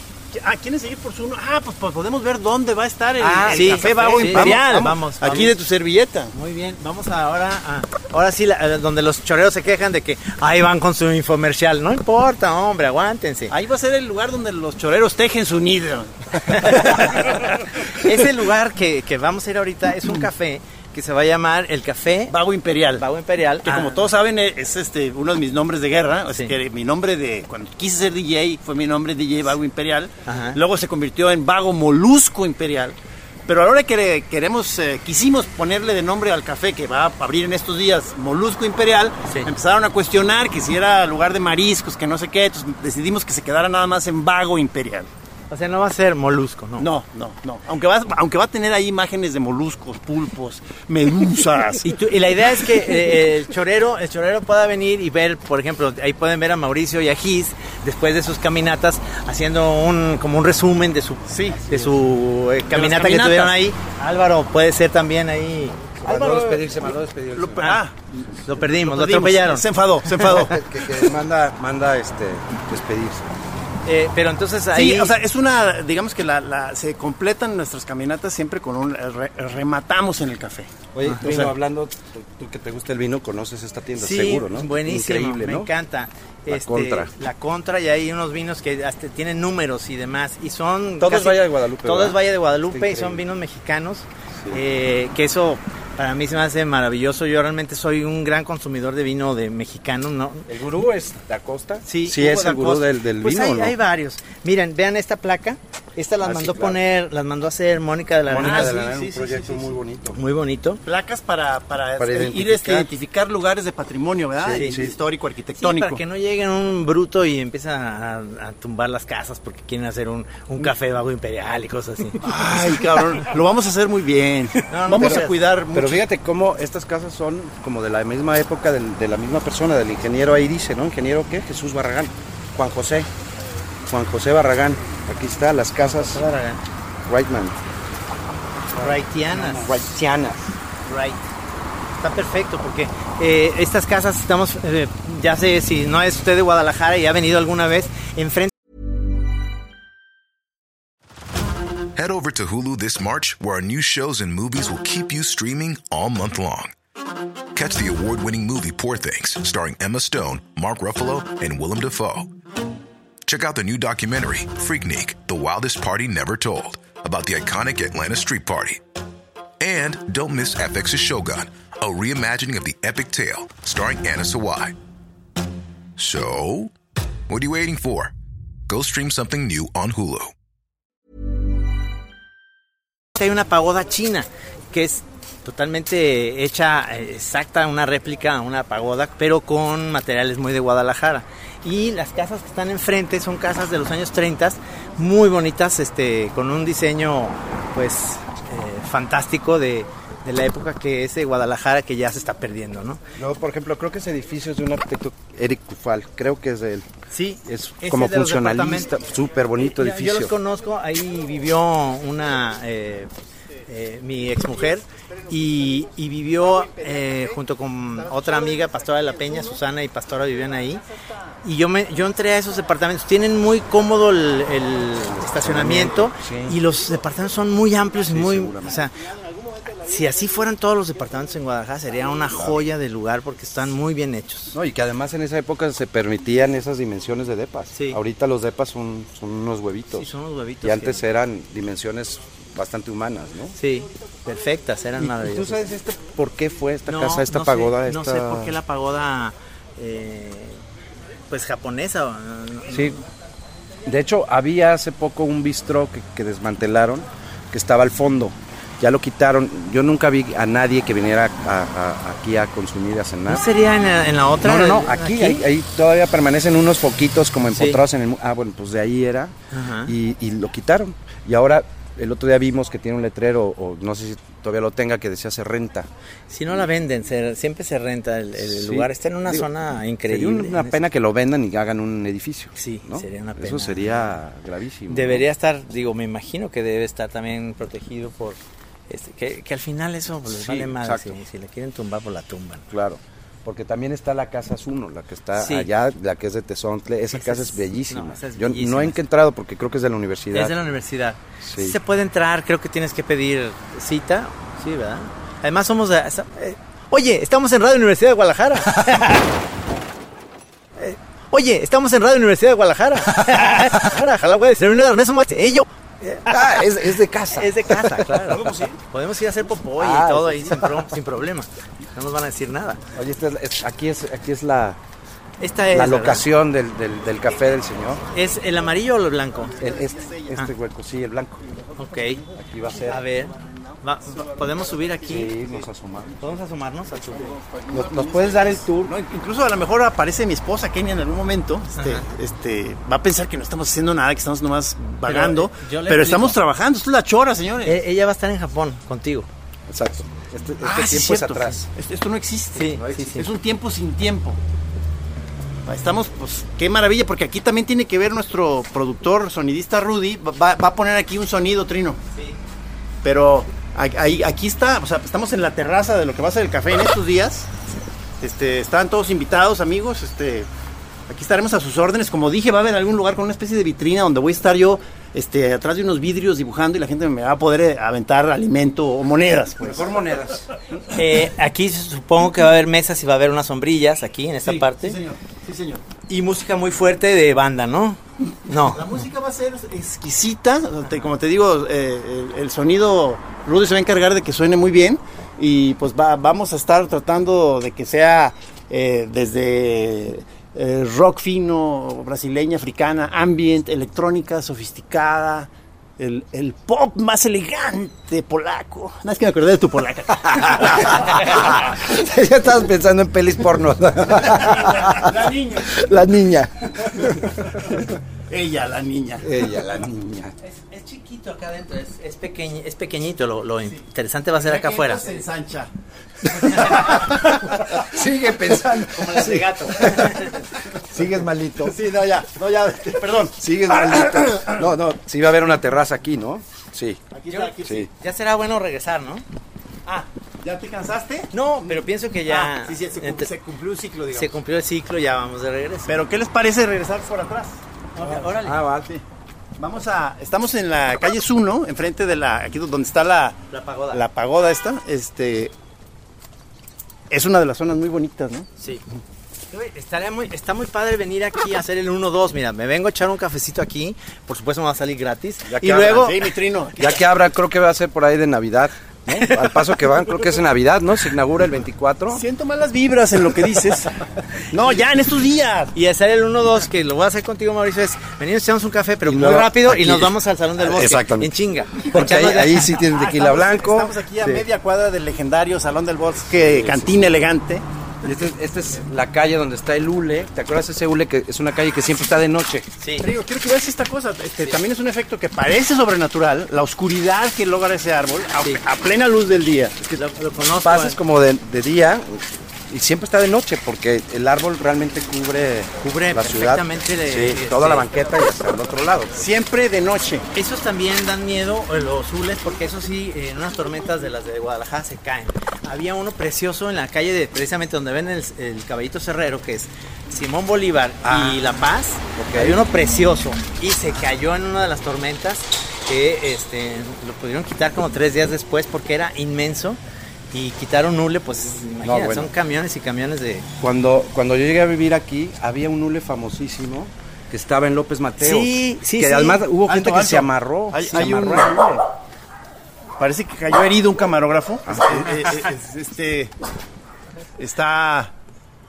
Ah, ¿quieren seguir por su uno? Ah, pues, pues podemos ver dónde va a estar el, Ah, el sí, café café, Vago sí. Imperial. Vamos, vamos, Aquí vamos. de tu servilleta. Muy bien, vamos ahora a. Ahora sí, la- eh, donde los choreos se quejan de que ahí van con su infomercial. No importa, hombre, (laughs) aguántense. Ahí va a ser el lugar donde los choreros tejen su nido. Ese lugar que, que vamos a ir ahorita es un café que se va a llamar el Café Vago Imperial. Vago Imperial. Que Ah, como todos saben e- es este uno de mis nombres de guerra, o sea, Sí. que mi nombre de cuando quise ser DJ fue mi nombre DJ Vago Imperial, Ajá. luego se convirtió en Vago Molusco Imperial. Pero ahora que le- queremos eh, quisimos ponerle de nombre al café que va a abrir en estos días Molusco Imperial, Sí. empezaron a cuestionar que si era lugar de mariscos, que no sé qué, entonces decidimos que se quedara nada más en Vago Imperial. O sea, no va a ser molusco, ¿no? No, no, no. Aunque va, aunque va a tener ahí imágenes de moluscos, pulpos, medusas. (laughs) Y, tú- y la idea es que eh, el chorero el chorero pueda venir y ver, por ejemplo, ahí pueden ver a Mauricio y a Gis después de sus caminatas haciendo un como un resumen de su de su eh, caminata que caminatas. tuvieron ahí. Álvaro puede ser también ahí. Mandó despedirse, mandó despedirse. Lo- ah, Lo perdimos, perdimos. lo, atropellaron. Se enfadó, se enfadó. (laughs) Que, que manda, manda este, despedirse. (laughs) Eh, pero entonces ahí Sí, o sea, es una, digamos que la, la- se completan nuestras caminatas siempre con un, re- rematamos en el café. Oye, Ah, Trino, o sea- hablando, tú, tú que te gusta el vino, conoces esta tienda, Sí, seguro, ¿no? Buenísimo, Increíble, me ¿no? encanta. Este, La Contra. La contra y hay unos vinos que hasta tienen números y demás. Y son... Todo es Valle de Guadalupe, Todo ¿verdad? es Valle de Está Guadalupe y increíble. son vinos mexicanos. Sí. eh, que eso para mí se me hace maravilloso. Yo realmente soy un gran consumidor de vino de mexicano, ¿no? ¿El gurú es da Costa? Sí, sí Hugo es da el gurú Costa. del, del pues vino, hay, ¿no? hay varios. Miren, vean esta placa. Esta las Ah, sí, mandó claro. poner, las mandó a hacer Mónica de la Mónica Arena. de la Ah, Sí, Nave, sí, un sí, proyecto sí, sí. muy bonito. Muy bonito. Placas para, para, Para ir identificar. a este, identificar lugares de patrimonio, ¿verdad? Sí, Y sí. Histórico, Sí, arquitectónico. para que no lleguen un bruto y empiezan a, a tumbar las casas porque quieren hacer un, un café vago imperial y cosas así. Ay, cabrón, lo vamos a hacer muy bien. No, no, vamos pero- a cuidar mucho. Pero fíjate cómo estas casas son como de la misma época, del- de la misma persona, del ingeniero ahí dice, ¿no? Ingeniero, ¿qué? Jesús Barragán. Juan José. Juan José Barragán. Aquí está, las casas Wrightman. Rightianas. Wrightianas. Right. Está perfecto porque eh, estas casas estamos, eh, ya sé, si no es usted de Guadalajara y ha venido alguna vez, enfrente Head over to Hulu this March, where our new shows and movies will keep you streaming all month long. Catch the award winning movie Poor Things, starring Emma Stone, Mark Ruffalo, and Willem Dafoe. Check out the new documentary, Freaknik The Wildest Party Never Told, about the iconic Atlanta Street Party. And don't miss FX's Shogun, a reimagining of the epic tale, starring Anna Sawai. So, what are you waiting for? Go stream something new on Hulu. que hay una pagoda china, que es totalmente hecha eh, exacta, una réplica a una pagoda, pero con materiales muy de Guadalajara. Y las casas que están enfrente son casas de los años 30, muy bonitas, este, con un diseño pues eh, fantástico de, de la época que es de Guadalajara que ya se está perdiendo, ¿no? No, por ejemplo, creo que ese edificio es de un arquitecto, Eric Tufal, creo que es de él. Sí, Es ese como es de los funcionalista, departamentos. súper bonito Yo- edificio. Yo los conozco, ahí vivió una, eh, eh, mi exmujer, y, y vivió eh, junto con otra amiga, Pastora de la Peña, Susana y Pastora vivían ahí. Y yo, me, yo entré a esos departamentos, tienen muy cómodo el, el estacionamiento, Sí. y los departamentos son muy amplios y muy... O sea, si así fueran todos los departamentos en Guadalajara, sería una joya del lugar porque están muy bien hechos. No, y que además en esa época se permitían esas dimensiones de depas. Sí. Ahorita los depas son, son unos huevitos. Sí, son unos huevitos y antes que- eran dimensiones bastante humanas, ¿no? Sí, perfectas, eran ¿Y ¿Tú maravillosas. sabes este, por qué fue esta No, casa, esta no sé, pagoda? no esta... sé por qué la pagoda, eh, pues japonesa. o- no- no- Sí. De hecho, había hace poco un bistro que, que desmantelaron, que estaba al fondo. Ya lo quitaron. Yo nunca vi a nadie que viniera a- a- aquí a consumir, a cenar. ¿No sería en la, en la otra? ¿Ah? No, no, no, aquí, Ahí, ahí todavía permanecen unos foquitos como Sí. empotrados en el... mu- Ah, bueno, pues de ahí era Ajá. y, y lo quitaron. Y ahora el otro día vimos que tiene un letrero, o no sé si todavía lo tenga, que decía se renta. Si no la venden, se- siempre se renta el, el Sí. lugar. Está en una Digo, zona Sería increíble. una pena que lo vendan y hagan un edificio. Sí, ¿no? sería una Eso pena. sería gravísimo. Debería estar, digo, me imagino que debe estar también protegido por... este, que, que al final eso pues, les Sí, vale madre. exacto. Si, si le quieren tumbar, pues la tumban. ¿no? Claro. Porque también está la Casa Zuno, la que está Sí. allá, la que es de Tezontle. Esa, Esa casa es- es, bellísima. no, esa es Yo no bellísima. he entrado porque creo que es de la universidad. Es de la universidad. Sí. Sí. Se puede entrar, creo que tienes que pedir cita. Sí, ¿verdad? Además somos... de- esa- eh, oye, estamos en Radio Universidad de (laughs) Guadalajara. Eh, oye, estamos en Radio Universidad de (laughs) Guadalajara. Guadalajara, Jalapa de Sereno de Ernesto Mateo. Ah, es, es de casa. Es de casa, (laughs) claro. ¿Podemos ir? a hacer popoy Ah, y todo sí, ahí sin, pro- sin problema. No nos van a decir nada. Oye, esta es la- es- aquí es, aquí es la, Esta es... la ¿verdad? locación del, del- del café del señor. ¿Es el amarillo o el blanco? El- este este hueco, sí, el blanco. Ok. Aquí va a ser. Ah. A ver. va- va- ¿Podemos subir aquí? Sí, nos asomamos. ¿Podemos asomarnos a tu... ¿Nos, nos puedes dar el tour? No, incluso a lo mejor aparece mi esposa Kenia en algún momento, este, este, va a pensar que no estamos haciendo nada, que estamos nomás vagando, eh, yo pero, le estamos explico. trabajando, esto es la chora, señores. Eh, Ella va a estar en Japón contigo. Exacto. Este, este Ah, tiempo sí, es cierto. atrás. Esto, esto no existe. Sí, No sí, existe. sí. Es un tiempo sin tiempo. Estamos, pues, qué maravilla, porque aquí también tiene que ver nuestro productor sonidista Rudy. Va, va- va a poner aquí un sonido, Trino. Pero a- ahí, aquí está, o sea, estamos en la terraza de lo que va a ser el café en estos días. Este, están todos invitados, amigos. Este, aquí estaremos a sus órdenes. Como dije, va a haber algún lugar con una especie de vitrina donde voy a estar yo este, atrás de unos vidrios dibujando y la gente me va a poder eh, aventar alimento o monedas. pues. Mejor monedas. Eh, aquí supongo que va a haber mesas y va a haber unas sombrillas aquí en esta Sí, parte. Sí, señor. Sí, señor. y música muy fuerte de banda, ¿no? No. La música va a ser exquisita, te- como te digo, eh, el, el sonido Rudy se va a encargar de que suene muy bien y pues va- vamos a estar tratando de que sea eh, desde eh, rock fino, brasileña, africana, ambient, electrónica, sofisticada, el, el pop más elegante polaco. Nada es que me acordé de tu (laughs) polaca. (laughs) (laughs) ya estabas pensando en (laughs) pelis porno. la niña. la niña. Ella, la niña. Ella, la niña. Es, chiquito acá adentro, es, pequeño, es pequeñito, lo, lo interesante va a ser Ya acá que afuera. esto (laughs) se ensancha. Sigue pensando. de gato. Sigues malito. Sí, no, ya, no, ya, perdón. Sigues malito. No, no. Sí va a haber una terraza aquí, ¿no? Sí. Aquí está, aquí Sí. Ya será bueno regresar, ¿no? Ah, ¿ya te cansaste? No, pero pienso que ya Ah, sí, sí, se, cum- ent- se cumplió un ciclo, digamos. se cumplió el ciclo, ya vamos de regreso. Pero ¿qué les parece regresar por atrás? Órale. Ah, vale. Vamos a, estamos en la calle Zuno, enfrente de la, aquí donde está la, La pagoda. la pagoda esta, este, es una de las zonas muy bonitas, ¿no? Sí. Güey, Estaría muy, está muy padre venir aquí a hacer el 1-2. Mira, me vengo a echar un cafecito aquí. Por supuesto, me va a salir gratis. Ya que Y luego, hablan, mi trino. Ya que abra, creo que va a ser por ahí de Navidad. ¿no? Al paso que van, creo que es en Navidad, ¿no? Se inaugura el (laughs) 24. Siento malas vibras en lo que (laughs) dices. No, ya en estos días. Y hacer el 1-2, que lo voy a hacer contigo, Mauricio, es venimos, echamos un café, pero Y muy luego rápido y aquí. Ah, nos vamos al Salón del Bosque. Exactamente. En chinga. Porque ahí, ahí sí tienen tequila Ah, Estamos- blanco. Estamos aquí a Sí. media cuadra del legendario Salón del Bosque, Cantina Elegante. Y este- Esta es la calle donde está el hule. ¿Te acuerdas ese hule que es una calle que siempre está de noche? Sí. Rodrigo, quiero que veas esta cosa. Este, También es un efecto que parece sobrenatural, la oscuridad que logra ese árbol a, Sí. a plena luz del día. Lo, lo conozco. Pasas eh. como de, de día y siempre está de noche porque el árbol realmente cubre, Cubre la ciudad. perfectamente de- Sí, de- toda la sí. banqueta y hasta el otro lado. Siempre de noche. Esos también dan miedo, eh, los azules, porque eso sí, eh, en unas tormentas de las de Guadalajara se caen. Había uno precioso en la calle de precisamente donde ven el, el caballito cerrero, que es Simón Bolívar y La Paz. ok. Había uno precioso y se cayó en una de las tormentas que este, lo pudieron quitar como tres días después porque era inmenso. Y quitaron hule, pues imagínate, bueno. son camiones y camiones de... Cuando, cuando yo llegué a vivir aquí, había un hule famosísimo que estaba en López Mateo. Sí, sí, Que sí. además hubo gente Alto, que alto. se amarró. Hay- se hay un- amarró (laughs) al hule. Parece que cayó herido un camarógrafo. Ah, Eh, eh, eh, Este está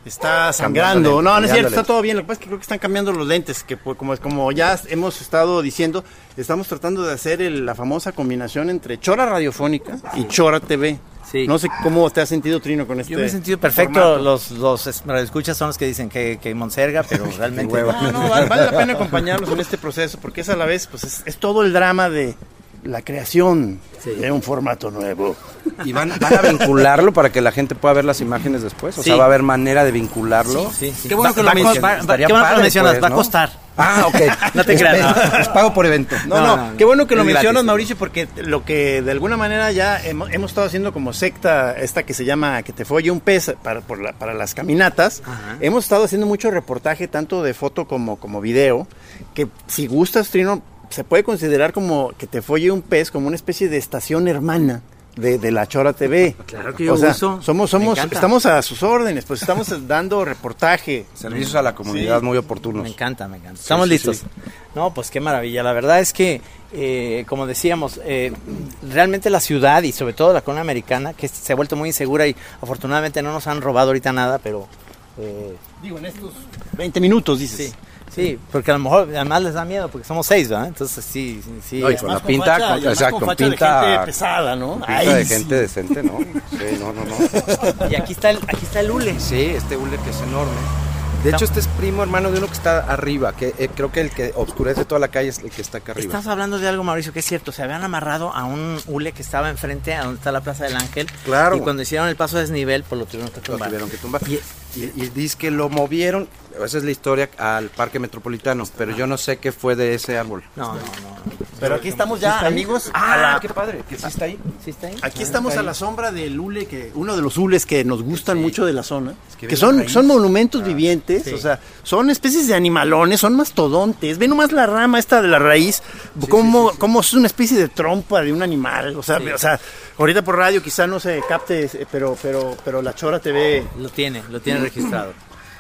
está sangrando. No, Cambiándole, no es cierto, cambiándole. está todo bien. Lo que pasa es que creo que están cambiando los lentes, que pues, como como ya hemos estado diciendo, estamos tratando de hacer el- la famosa combinación entre chora radiofónica y chora TV. Sí. No sé cómo te has sentido Trino con este. Yo me he sentido perfecto, formato. los, los es- radioescuchas son los que dicen que, que Monserga, (laughs) pero realmente... hueva. No, no, vale, vale la pena acompañarnos en este proceso porque es a la vez pues es, es todo el drama de la creación de un formato nuevo. Y van, van a vincularlo para que la gente pueda ver las imágenes después. O sea, Sí. va a haber manera de vincularlo. Sí, sí, sí. Qué bueno Va- que va lo a mencionas. cos- va- va- Estaría qué bueno que lo padre, mencionas, pues, va a ¿no? costar. Ah, ok. No te Es- creas. Es, es pago por evento. (laughs) No, no, qué bueno que lo Es gratis. mencionas, Mauricio, porque lo que de alguna manera ya hemo- hemos, estado haciendo como secta, esta que se llama Que te folle un pez para, por la- para las caminatas, Ajá. hemos estado haciendo mucho reportaje, tanto de foto como, como video, que si gustas, Trino, se puede considerar como Que te folle un pez como una especie de estación hermana. De, de la Chora TV. Claro que yo uso. Somos, Me somos, encanta. estamos a sus órdenes, pues estamos dando reportaje. Servicios a la comunidad muy oportunos. Me encanta, me encanta. Estamos sí, listos. sí. No, pues qué maravilla. La verdad es que, eh, como decíamos, eh, realmente la ciudad y sobre todo la colonia americana, que se ha vuelto muy insegura y afortunadamente no nos han robado ahorita nada, pero... eh, Digo, en estos 20 minutos, dices. sí, sí, porque a lo mejor además les da miedo porque somos seis, ¿verdad? Entonces sí, sí, sí. No, y con la pinta, facha- con- y además exacto, con con facha de gente pinta, pesada, ¿no? pinta Ay, de sí. gente decente, ¿no? Sí, no, no, no. Y aquí está el, aquí está el hule. Sí, este hule que es enorme. De hecho, este es primo hermano de uno que está arriba, que eh, creo que el que obscurece toda la calle es el que está acá arriba. Estás hablando de algo, Mauricio, que es cierto. Se habían amarrado a un hule que estaba enfrente a donde está la Plaza del Ángel. Claro. Y cuando hicieron el paso de desnivel, pues lo tuvieron que Lo tumbar. tuvieron que tumbar. Y- Y, y dice que lo movieron, esa es la historia, al Parque Metropolitano, pero yo no sé qué fue de ese árbol. No, no, no. Pero aquí estamos ya, amigos. a la- Ah, qué padre, que sí está ahí. ¿Sí está ahí? Ah, aquí estamos a la sombra del hule, que, uno de los hules que nos gustan mucho de la zona, que que, viene son, raíz. Ah, son monumentos vivientes, o sea, son especies de animalones, son mastodontes. Ve nomás la rama esta de la raíz, como, como es una especie de trompa de un animal. O sea, o sea ahorita por radio quizá no se capte, eh, pero, pero, pero la chora te ve. Lo tiene, lo tiene registrado.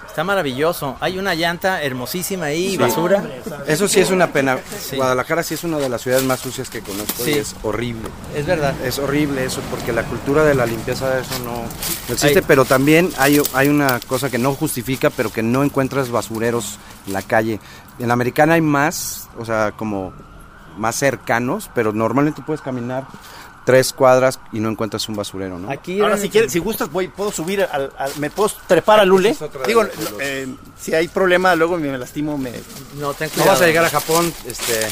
Está maravilloso. Hay una llanta hermosísima ahí, basura. Eso sí es una pena. Sí. Guadalajara sí es una de las ciudades más sucias que conozco y Sí. es horrible. Es verdad. Es horrible eso porque la cultura de la limpieza de eso no, no existe, Ahí. pero también hay, hay una cosa que no justifica, pero que no encuentras basureros en la calle. En la americana hay más, o sea, como más cercanos, pero normalmente puedes caminar tres cuadras y no encuentras un basurero, ¿no? Aquí Ahora, eran- si quieres, si gustas, voy, puedo subir, al, al- me puedo trepar al lule. es otra Digo, de los- no, eh, si hay problema, luego me lastimo. Me... No, ten cuidado. No vas a llegar a Japón, este...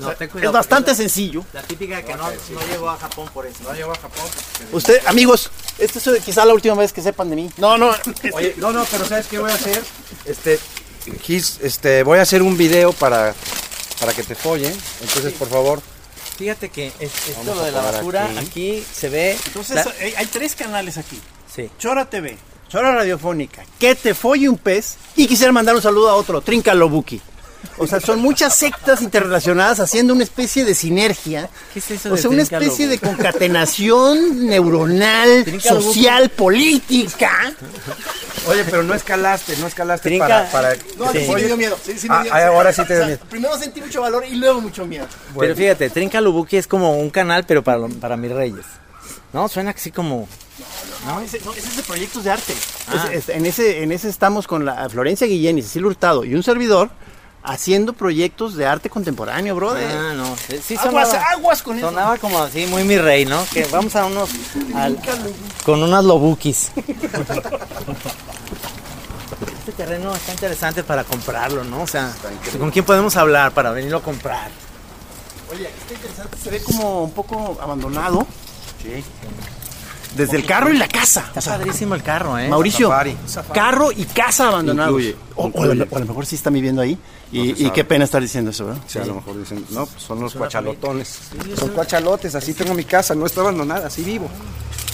No, ten cuidado, Es bastante sencillo. La típica que no, no llegó a Japón por eso. No llegó a Japón. Usted, amigos, esta es quizá la última vez que sepan de mí. No, (laughs) no, es- Oye, no, no, pero ¿sabes qué voy a hacer? Este, Gis, este, voy a hacer un video para, para que te follen. Entonces, por favor, Fíjate que es, esto Vamos lo a de la parar basura, aquí. aquí, se ve. Entonces, la- hay, hay tres canales aquí. sí. Chora TV, Chora Radiofónica, Que te folle un pez y quisiera mandar un saludo a otro, Tríncalo Buki. O sea, son muchas sectas interrelacionadas haciendo una especie de sinergia. ¿Qué es eso O de sea, una Tríncalo especie de Buki? concatenación neuronal, Tríncalo Buki. social, política. Oye, pero no escalaste, no escalaste Trinca. para... para No, sí, sí me dio miedo. Sí, sí me Ah, dio ah, ahora sí te O dio sea, miedo. Primero sentí mucho valor y luego mucho miedo. Pero fíjate, Trinca Lubuki es como un canal, pero para, lo- para mis reyes. No, suena así como. No, ese, no, ese es de proyectos de arte. Es- es- en, ese, en ese estamos con la Florencia Guillén y Cecil Hurtado y un servidor haciendo proyectos de arte contemporáneo, brother. Ah, no. Sí, sí aguas, sonaba, aguas con eso. sonaba como así, muy mi rey, ¿no? Que vamos a unos. al- con unas lobukis. Este terreno está interesante para comprarlo, ¿no? O sea, ¿con quién podemos hablar para venirlo a comprar? Oye, aquí está interesante. Se ve como un poco abandonado. Desde el carro y la casa. Está padrísimo el carro, ¿eh? Mauricio, Safari. carro y casa abandonados. Incluye, o, o a lo- o a lo mejor sí están viviendo ahí. No se Y, y sabe. qué pena estar diciendo eso, ¿verdad? Sí, a lo mejor dicen, no, pues son los cuachalotones. son cuachalotes, así tengo mi casa, no está abandonada, así vivo.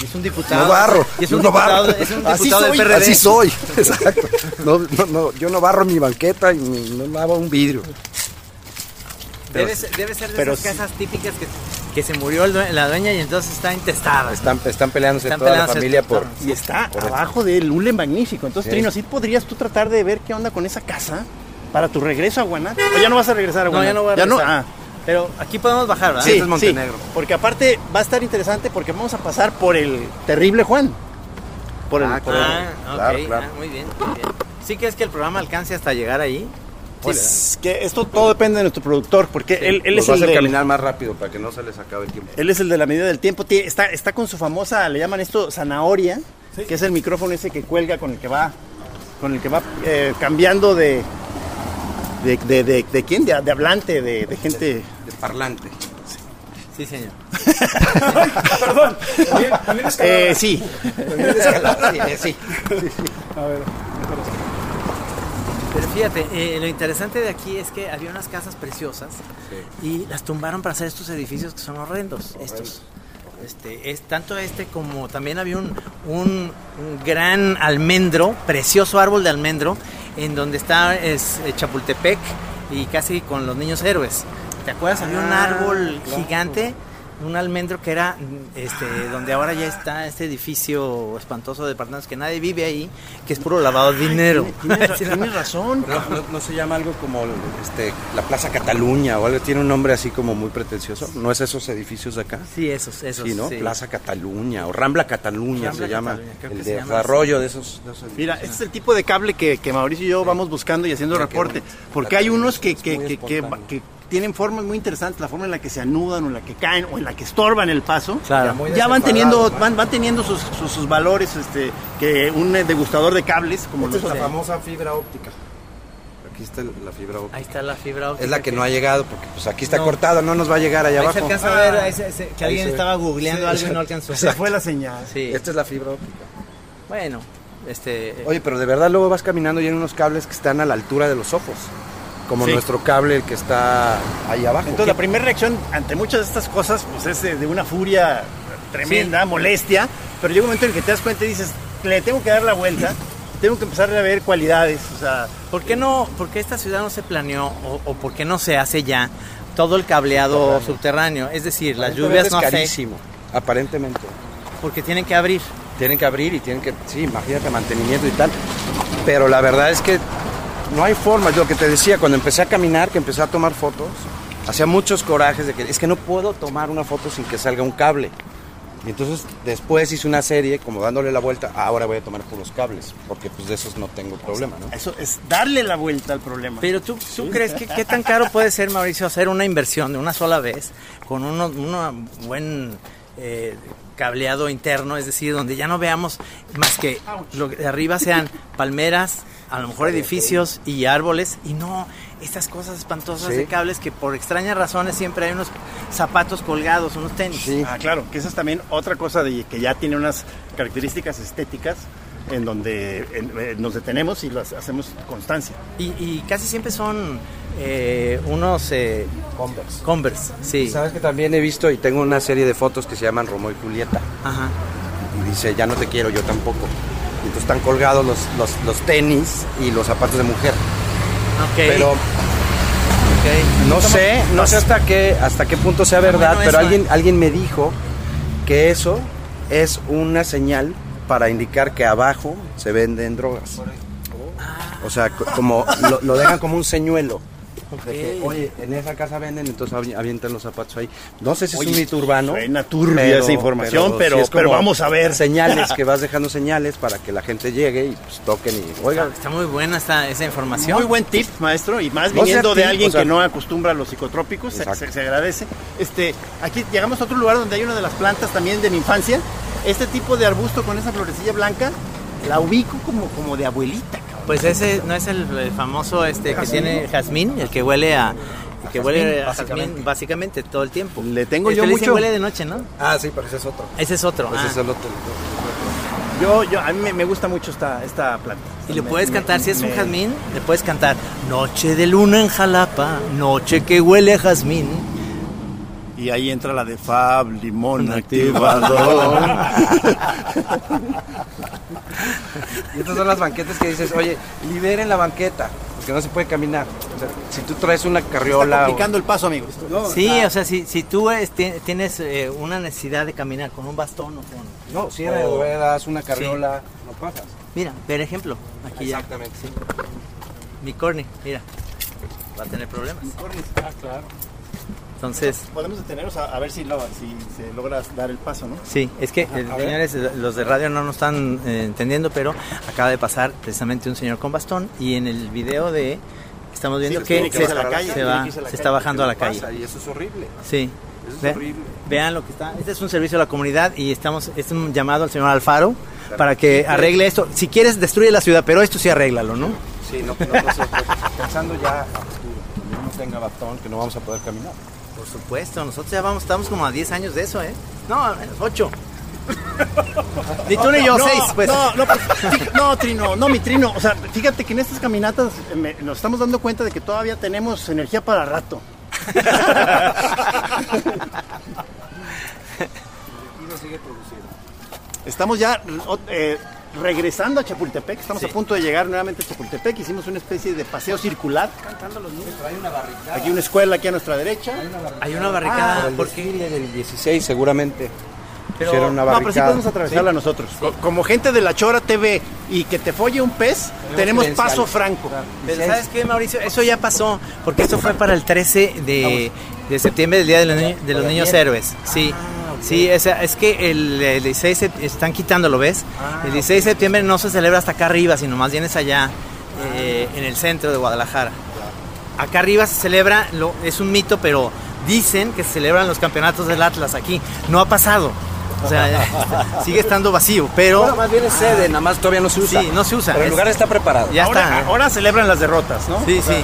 Y Es un diputado. No barro, y es yo un no diputado, barro. es un así diputado del soy, PRD. así soy, (laughs) exacto. No, no, no, yo no barro mi banqueta y ni- no lavo un vidrio. Debe, ser- debe ser de pero esas casas típicas que, que se murió el due- la dueña y entonces está intestada. Están, están peleándose Están toda peleándose la familia todos, por... Y está abajo del hule magnífico. Entonces, Sí. Trino, ¿sí podrías tú tratar de ver qué onda con esa casa para tu regreso a Guanajuato? ¿O ya no vas a regresar a No, ya Guanajuato? no voy a regresar. ah. Pero aquí podemos bajar, ¿verdad? Sí, este es Montenegro. sí, porque aparte va a estar interesante porque vamos a pasar por el terrible Juan. Por el, Ah, por el- Ah, ok. Claro, claro. ah, muy bien, muy bien. ¿Sí crees que el programa alcance hasta llegar ahí? Pues, que esto todo depende de nuestro productor, porque él, él Los es va a el hacer del- caminar más rápido para que no se les acabe el tiempo. Él es el de la medida del tiempo. Tie- Está, está con su famosa, le llaman esto zanahoria, que es el micrófono ese que cuelga con el que va, con el que va eh, cambiando de de, de, de- de quién, de, de hablante, de, de gente. De parlante. Sí, (laughs) señor. Perdón. Eh, sí. sí. Pero fíjate, eh, lo interesante de aquí es que había unas casas preciosas y las tumbaron para hacer estos edificios que son horrendos. Estos. Este, es tanto este como también había un, un- un gran almendro, precioso árbol de almendro, en donde está es, eh, Chapultepec y casi con los niños héroes. ¿Te acuerdas? Había un árbol gigante, un almendro que era mm, este, donde ahora ya está este edificio espantoso de departamentos que nadie vive ahí, que es puro lavado de dinero. Tienes, ra- Sí, tienes razón. No, no- no se llama algo como este, la Plaza Cataluña o algo, tiene un nombre así como muy pretencioso. ¿No es esos edificios de acá? Sí, esos, esos. Sí, ¿no? Plaza Cataluña o Rambla Cataluña Rambla se llama Cataluña, creo que el se llama desarrollo de esos, de esos edificios. Mira, este es el tipo de cable que, que Mauricio y yo vamos buscando y haciendo Mira, qué reporte. bonito. Porque hay unos que, Es que, muy que- que- espontáneo. que tienen formas muy interesantes, la forma en la que se anudan o en la que caen o en la que estorban el paso. Claro. muy ya van desenfadado, teniendo ¿no? van, van teniendo sus, sus, sus valores este que un eh, degustador de cables como Esta Este es la nosotros. famosa fibra óptica. Aquí está la fibra óptica. Ahí está la fibra óptica. Es la que no ha llegado porque pues aquí está No. cortada, no nos va a llegar allá Ahí se abajo. alcanza a ver ahí se- se- que alguien se ve. estaba googleando algo y no alcanzó. se fue la señal Sí. Esta es la fibra óptica. Bueno, este. Oye, pero de verdad luego vas caminando y hay unos cables que están a la altura de los ojos. Como Sí. nuestro cable el que está ahí abajo. entonces la primera reacción ante muchas de estas cosas pues es eh, de una furia tremenda molestia pero llega un momento en el que te das cuenta y dices le tengo que dar la vuelta tengo que empezar a ver cualidades o sea ¿Por qué no? ¿Por qué esta ciudad no se planeó o, o por qué no se hace ya todo el cableado subterráneo? Es decir, las lluvias es no hace carísimo, aparentemente. porque tienen que abrir. Tienen que abrir y tienen que, sí, imagínate mantenimiento y tal. Pero la verdad es que no hay forma. Yo lo que te decía, cuando empecé a caminar, que empecé a tomar fotos, hacía muchos corajes de que es que no puedo tomar una foto sin que salga un cable. Y entonces después hice una serie como dándole la vuelta, ahora voy a tomar puros cables, porque pues de esos no tengo problema, ¿no? eso es darle la vuelta al problema Pero tú, ¿tú crees que qué tan caro puede ser, Mauricio, hacer una inversión de una sola vez con uno, una buen eh, cableado interno, es decir, donde ya no veamos más que lo que de arriba sean palmeras, a lo mejor edificios y árboles, y no estas cosas espantosas Sí. de cables que por extrañas razones siempre hay unos zapatos colgados, unos tenis. Sí. Ah, claro, que esa es también otra cosa de, que ya tiene unas características estéticas en donde en- eh, nos detenemos y las hacemos constancia. Y, y casi siempre son eh, unos eh, Converse. Converse, sí. Sabes que también he visto y tengo una serie de fotos que se llaman Romeo y Julieta. Ajá. y dice, ya no te quiero, yo tampoco. Y entonces están colgados los, los, los tenis y los zapatos de mujer. Ok, Pero ok. no sé, no sé hasta qué, hasta qué punto sea Está verdad, bueno pero eso, alguien, ¿eh? alguien me dijo que eso es una señal para indicar que abajo se venden drogas. O sea, co- como lo, lo dejan como un señuelo. De que, oye, en esa casa venden, entonces avi- avientan los zapatos ahí. No sé si es un mito urbano. suena turbia esa información, pero- sí es pero como vamos a ver. Señales, que vas dejando señales para que la gente llegue y pues, toquen y, oiga, Está muy buena esta, esa información. Muy buen tip, maestro, y más No sea viniendo de tip, alguien o sea- que no acostumbra a los psicotrópicos, se, Exacto. se- se agradece. Este, aquí llegamos a otro lugar donde hay una de las plantas también de mi infancia. Este tipo de arbusto con esa florecilla blanca, la ubico como, como de abuelita. cabrón. Pues ese no es el, el famoso este que tiene jazmín, el que huele a el que huele a jazmín básicamente todo el tiempo. Este, Le tengo El yo que dicen mucho- huele de noche, ¿no? Ah, sí, pero ese es otro. Ese es otro. Ese ah. es el otro. Yo, yo, a mí me, me gusta mucho esta, esta planta. Y le Me- puedes me- cantar, si es un me- jazmín, le puedes cantar Noche de luna en Jalapa, noche que huele a jazmín. Y ahí entra la de Fab Limón (laughs) activador. Y estas son las banquetas que dices, oye, liberen la banqueta, porque no se puede caminar. O sea, si tú traes una Está carriola. o- complicando el paso, amigos. No, Sí, ah, o sea, si, si tú eh, ti- tienes eh, una necesidad de caminar con un bastón o con... No, cierre de o- ruedas, una carriola, no pasas. Mira, ver ejemplo, aquí ya, sí. mi corny, mira, va a tener problemas. Ah, Entonces, Podemos detenernos a, a ver si, lo, si se logra dar el paso, ¿no? Sí, es que, eh, señores, los de radio no nos están eh, entendiendo, pero acaba de pasar precisamente un señor con bastón y en el video de estamos viendo Sí, que, tiene que se, irse a la calle, se tiene va- que irse a la se calle, está bajando a la calle. Pasa, y eso es horrible. Sí. Eso es Ve- horrible. Vean lo que está. Este es un servicio a la comunidad y estamos es un llamado al señor Alfaro para que arregle esto. Si quieres destruye la ciudad, pero esto sí arréglalo, ¿no? Sí, (laughs) no, no pasa Pensando ya a futuro, que yo no tenga bastón, que no vamos a poder caminar. Por supuesto, nosotros ya vamos estamos como a 10 años de eso, ¿eh? No, (laughs) 8. ni tú ni yo, no, 6, pues. No, no, pues, fí- no, Trino, no, mi Trino. O sea, fíjate que en estas caminatas eh, me- nos estamos dando cuenta de que todavía tenemos energía para rato. Estamos ya o- eh, regresando a Chapultepec, estamos a punto de llegar nuevamente a Chapultepec, hicimos una especie de paseo circular. Aquí una escuela, aquí a nuestra derecha. Hay una barricada Ah, Por el porque desfile del 16 seguramente Ah, Pero- pusieron una No, pero sí barricada. podemos atravesarla nosotros. Co- Como gente de la Chora TV y que te folle un pez, tenemos credenciales. paso franco. Pero ¿sabes qué, Mauricio? Eso ya pasó, porque esto fue para el 13 de, de septiembre, del Día de los, Niños- de los Niños Héroes. Sí, Ah, sí o sea, es que el, el 16 sep- están quitándolo, ¿ves? Ah, El 16 de septiembre no se celebra hasta acá arriba, sino más bien es allá, Ah. eh, en el centro de Guadalajara. Acá arriba se celebra, lo, es un mito, pero dicen que se celebran los campeonatos del Atlas aquí. No ha pasado. O sea, (laughs) sigue estando vacío, pero... Bueno, más bien es sede, nada más todavía no se usa. Sí, no se usa. Pero el Es- lugar está preparado. Ya ahora, está. ¿eh? ahora celebran las derrotas, ¿no? Sí, sí.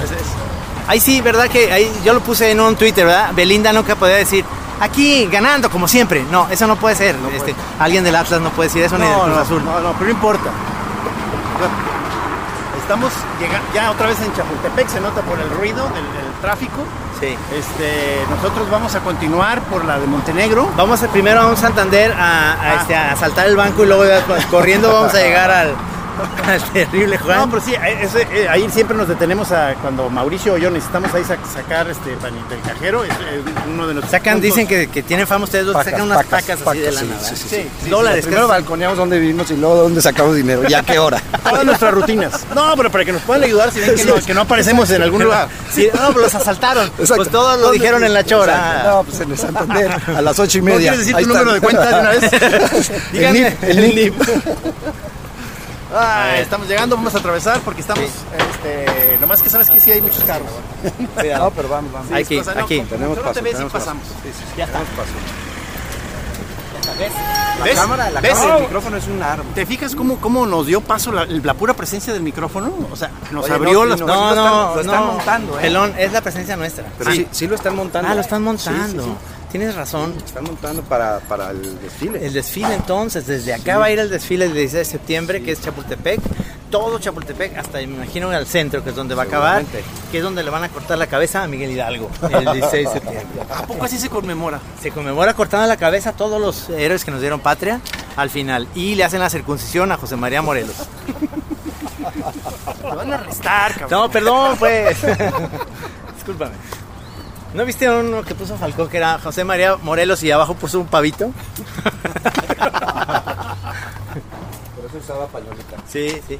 Ahí sí, ¿verdad? Que ahí yo lo puse en un Twitter, ¿verdad? Belinda nunca podía decir, aquí ganando como siempre. No, eso no puede ser. este, Alguien del Atlas no puede decir eso ni del No, Cruz no, Azul. no, no, pero no importa. Estamos llega- ya otra vez en Chapultepec, se nota por el ruido del, del tráfico. Sí. Este, nosotros vamos a continuar por la de Montenegro. Vamos a- primero a un Santander a, a, Ah. este, a asaltar el banco y luego ya cu- corriendo vamos a llegar al, (laughs) al terrible No, Juan. pero sí, eh, ese, eh, ahí siempre nos detenemos a cuando Mauricio o yo necesitamos ahí sac- sacar este pan del cajero, es, eh, uno de los Sacan, dicen que, que tienen fama ustedes dos, Pacas, sacan unas pacas, pacas, así pacas, de la sí, nada. sí, sí, sí. Sí, dólares. Primero casi. balconeamos dónde vivimos y luego dónde sacamos dinero, ya qué hora. todas nuestras rutinas. (laughs) No, pero para que nos puedan ayudar si ven que, no, que no aparecemos en algún (laughs) lugar. Sí, no, pues pero los asaltaron. Exacto. Pues todos lo ¿Dónde? dijeron en la chora. Exacto. No, pues en el Santander, a las ocho y ¿No media. quieres decir Ahí tu está. número de cuenta de una vez? (laughs) El Díganme. NIP, el NIP. Ah, estamos llegando, vamos a atravesar porque estamos, este, nomás que sabes que sí hay muchos carros. No, pero vamos, vamos. Ahí Aquí, aquí. Tenemos Solo te paso, ves y tenemos pasamos. paso. Sí, sí, sí, Ya está. tenemos paso. ¿Ves? La cámara, la ¿Ves? cámara, el micrófono es un arma. ¿Te fijas cómo, cómo nos dio paso la, la pura presencia del micrófono? O sea, nos Oye, abrió no, las no, No, Lo no, están- lo están no. montando, ¿eh? Pelón, es la presencia nuestra. Pero sí, sí lo están montando. Ah, lo están Sí, sí, montando. sí. Tienes razón. Están montando para, para el desfile. El desfile entonces, desde acá va a ir el desfile el 16 de septiembre, que es Chapultepec, todo Chapultepec, hasta me imagino al centro, que es donde va a acabar, Seguramente. que es donde le van a cortar la cabeza a Miguel Hidalgo, el 16 de (laughs) septiembre. ¿A poco así se conmemora? Se conmemora cortando la cabeza a todos los héroes que nos dieron patria al final, y le hacen la circuncisión a José María Morelos. Te van a arrestar, cabrón. No, perdón, pues. (laughs) Discúlpame. ¿No viste uno que puso Falcón que era José María Morelos y abajo puso un pavito? Por eso usaba pañolita. Sí, sí.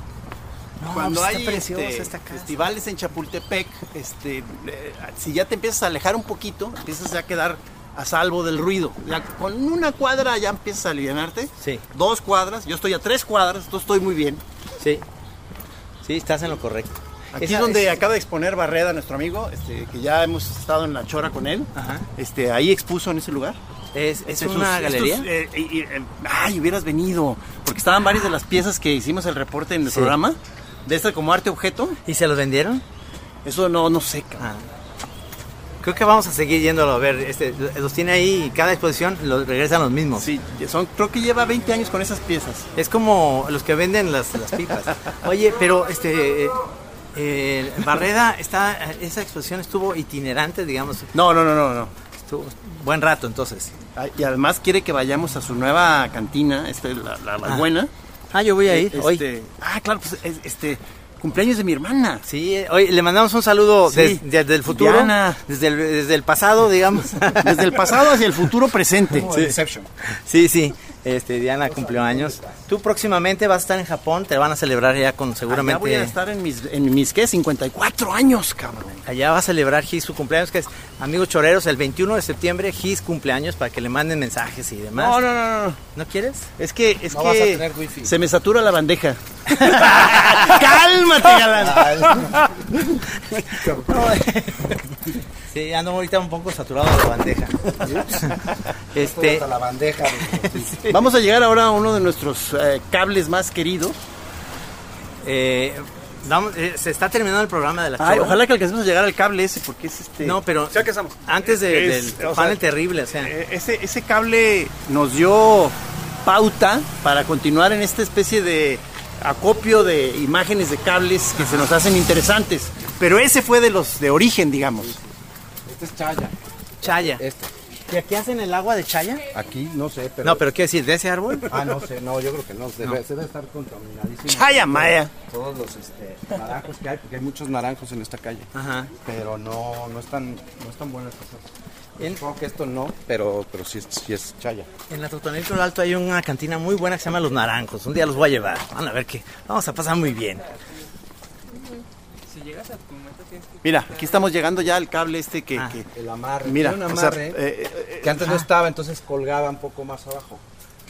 Cuando pues, está hay preciosa este, esta casa. festivales en Chapultepec, este, eh, si ya te empiezas a alejar un poquito, empiezas ya a quedar a salvo del ruido. Ya con una cuadra ya empiezas a alivianarte. Sí. Dos cuadras, yo estoy a tres cuadras, entonces estoy muy bien. Sí. Sí, estás en lo correcto. Aquí Esa- es donde esa- acaba de exponer Barreda, nuestro amigo, este, que ya hemos estado en la chora con él. Ajá. Este, ahí expuso en ese lugar. Es, es Este, una sus- galería. estos, eh, y- y, eh, ay, hubieras venido. Porque estaban varias de las piezas que hicimos el reporte en el Sí. programa. De esta como arte objeto. ¿Y se los vendieron? Eso no, no sé, Ah. cabrón. Creo que vamos a seguir yéndolo a ver. Este, los tiene ahí y cada exposición los regresan los mismos. Sí, son, creo que lleva 20 años con esas piezas. Es como los que venden las, las (laughs) pipas. Oye, pero este eh, eh, Barreda está esa exposición estuvo itinerante, digamos, No, no, no, no, no. estuvo buen rato entonces. Ah, Y además quiere que vayamos a su nueva cantina, este, la, la, la Ah. buena. Ah, yo voy a ir hoy. Este, Ah, claro, pues es- este, cumpleaños de mi hermana. Sí, eh, hoy le mandamos un saludo Sí. des- desde el futuro, Diana. desde el, desde el pasado, (laughs) digamos. Desde el pasado hacia el futuro (laughs) presente. Inception. Sí, sí. Este Diana cumplió años. Tú próximamente vas a estar en Japón, te van a celebrar ya con Allá seguramente voy a estar en mis, en mis, ¿qué? 54 años, cabrón. Allá va a celebrar Gis su cumpleaños, que es, amigos choreros, el 21 de septiembre, Gis cumpleaños, para que le manden mensajes y demás. No, no, no, no, no. ¿No quieres? Es que, es No que vas a tener wifi. se me satura la (laughs) bandeja. (laughs) ¡Cálmate, galán! Sí, ando ahorita un poco saturado de bandeja. (laughs) este, Hasta la bandeja. Vamos a llegar ahora a uno de nuestros eh, cables más queridos. eh, vamos, eh, se está terminando el programa de la Ay, chora. ojalá que alcancemos a llegar al cable ese, porque es este... No, pero Ya alcanzamos. antes de- Es, del o sea, panel terrible, o sea, Eh, Ese, ese cable nos dio pauta para continuar en esta especie de acopio de imágenes de cables que se nos hacen interesantes. Pero ese fue de los de origen, digamos. Eh, Este es Chaya. chaya. Este. ¿Y aquí hacen el agua de chaya? Aquí, no sé, pero. No, pero quiero decir, de ese árbol. Ah, no sé, no, yo creo que no. Se, Debe, se debe estar contaminadísimo. Chaya Maya. Todos los este, naranjos que hay, porque hay muchos naranjos en esta calle. Ajá. Pero no, no están, no están buenas cosas. En, Supongo que esto no, pero, pero sí, es- sí es Chaya. en la Totonilco del Alto hay una cantina muy buena que se llama Los Naranjos. Un día los voy a llevar. Van a ver que vamos a pasar muy bien. Si llegas a tu momento tienes que... Mira, aquí estamos llegando ya al cable este que... Ah. que- El amarre. mira, Tiene un o sea, amarre eh, eh, que antes no estaba, entonces colgaba un poco más abajo.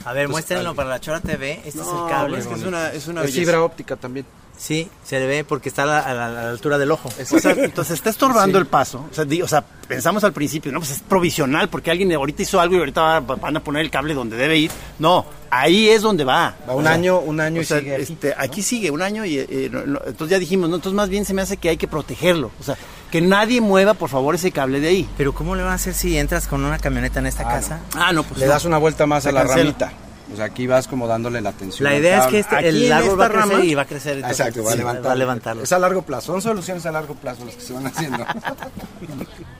A ver, muéstrenlo para la Chora TV. Este es el cable. es, que es una, es una es belleza. fibra óptica también. Sí, se le ve porque está a la, a la- a la altura del ojo. O sea, entonces está estorbando el paso. O sea, di- o sea, pensamos al principio, no, pues es provisional porque alguien ahorita hizo algo y ahorita va- va- van a poner el cable donde debe ir. No, ahí es donde va. Va O un sea, año, un año o y sea, sigue aquí. este, aquí sigue un año y eh, no- no, entonces ya dijimos, no, entonces más bien se me hace que hay que protegerlo. O sea, que nadie mueva por favor ese cable de ahí. Pero ¿cómo le van a hacer si entras con una camioneta en esta Ah, casa? Ah, no, pues Le das una vuelta más Se a la cancela. ramita. O sea, aquí vas como dándole la atención. La al idea es que cable. este- Aquí el en árbol va a esta crecer rama- y va a crecer. entonces, Exacto, va a sí, levantar. Va a levantarlo. Es a largo plazo. Son soluciones a largo plazo las que se van (laughs) haciendo.